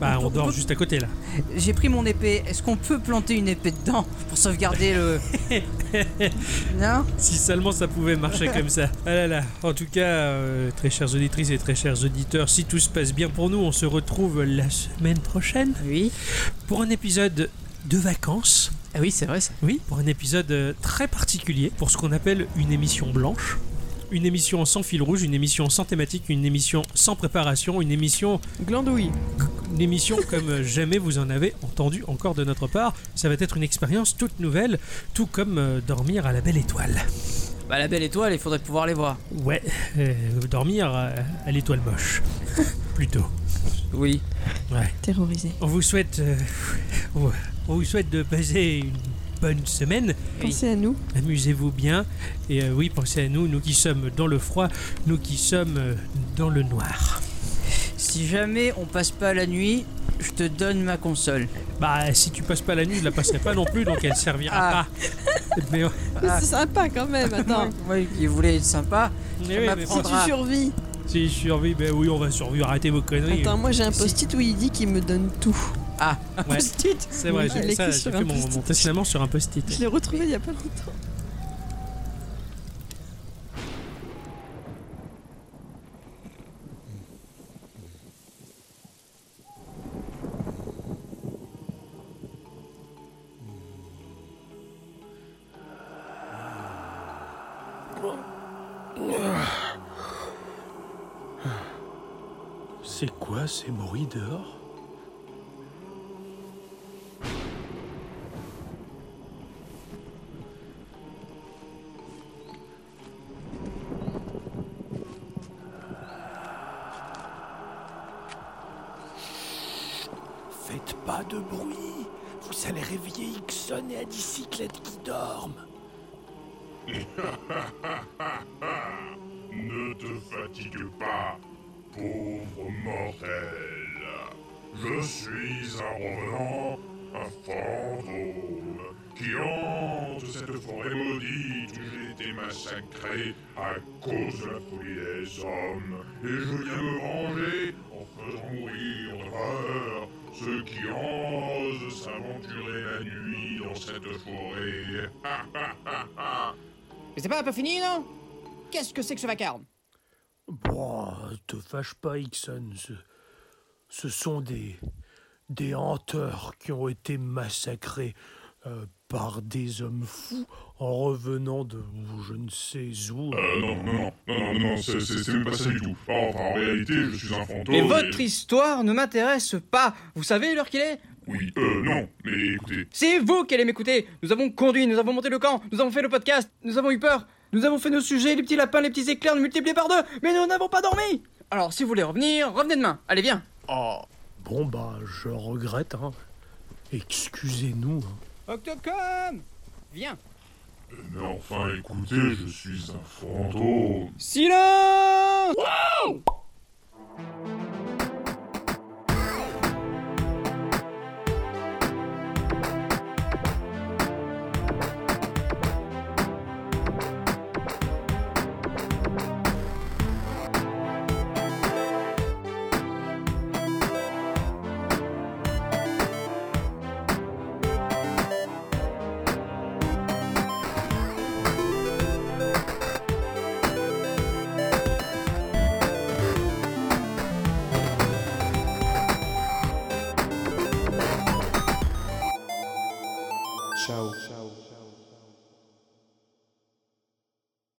S1: Bah, on dort juste à côté là.
S2: j'ai pris mon épée Est-ce qu'on peut planter une épée dedans pour sauvegarder le. non
S1: Si seulement ça pouvait marcher comme ça. Ah là là. En tout cas, euh, très chères auditrices et très chers auditeurs, si tout se passe bien pour nous, on se retrouve la semaine prochaine
S2: Oui.
S1: pour un épisode de vacances.
S2: Ah oui, c'est vrai ça.
S1: Oui, pour un épisode euh, très particulier, pour ce qu'on appelle une émission blanche. Une émission sans fil rouge, une émission sans thématique, une émission sans préparation, une émission
S3: Glandouille.
S1: une émission comme jamais vous en avez entendu encore de notre part. Ça va être une expérience toute nouvelle, tout comme euh, dormir à la belle étoile.
S2: Bah la belle étoile, il faudrait pouvoir les voir.
S1: Ouais, euh, dormir euh, à l'étoile moche. Plutôt.
S2: Oui.
S3: Terrorisée.
S1: On vous souhaite. euh, on vous souhaite de passer une bonne semaine.
S3: Pensez à nous.
S1: Amusez-vous bien. Et euh, oui, pensez à nous, nous qui sommes dans le froid, nous qui sommes euh, dans le noir.
S2: Si jamais on passe pas la nuit, je te donne ma console.
S1: Bah, si tu passes pas la nuit, je la passerai pas non plus, donc elle servira
S2: Ah.
S1: pas. Mais,
S3: Mais
S2: Ah.
S3: C'est sympa quand même, attends.
S2: Moi qui voulais être sympa.
S1: mais oui, mais
S3: si
S1: bon,
S2: m'apprendra.
S3: tu survis.
S1: si je survis, ben oui, on va survivre. Arrêtez vos conneries.
S3: Attends, moi j'ai un
S2: Si.
S3: post-it où il dit qu'il me donne tout.
S2: Ah,
S1: Ouais.
S3: Post-it
S1: C'est vrai,
S3: Je
S1: j'ai
S3: l'ai
S1: ça,
S3: écrit
S1: j'ai
S3: sur
S1: fait
S3: un
S1: mon,
S3: post-it.
S1: mon testament sur un post-it.
S3: Je l'ai retrouvé il y a pas longtemps.
S5: C'est quoi ces bruits dehors Faites pas de bruit Vous allez réveiller Ixon et Adicyclette qui dorment
S6: Ne te fatigue pas, pauvre mortel. Je suis un revenant, un fantôme, qui hante cette forêt maudite où j'ai été massacré à cause de la folie des hommes. Et je viens me venger en faisant mourir de peur ceux qui osent s'aventurer la nuit dans cette forêt.
S7: Mais c'est pas un peu fini, non Qu'est-ce que c'est que ce vacarme
S5: Bon, te fâche pas, Ixon. Ce, ce sont des, des hanteurs qui ont été massacrés euh,
S8: par des hommes fous en revenant de je ne sais où.
S6: Euh, non, non, non, non, non, non, c'est- c'est c'est même pas ça du tout. Enfin, en réalité, je suis un fantôme.
S2: Mais votre histoire ne m'intéresse pas. Vous savez l'heure qu'il est
S6: Oui, euh, non, mais écoutez,
S2: C'est vous qui allez m'écouter. Nous avons conduit, nous avons monté le camp, nous avons fait le podcast, nous avons eu peur, nous avons fait nos sujets, les petits lapins, les petits éclairs multipliés par deux, mais nous n'avons pas dormi. Alors si vous voulez revenir, revenez demain. Allez, viens.
S8: Ah, bon bah, je regrette, hein. Excusez-nous. hein.
S2: Octocom Viens.
S6: mais euh, enfin, écoutez, je suis un fantôme.
S2: Silence
S9: Ciao.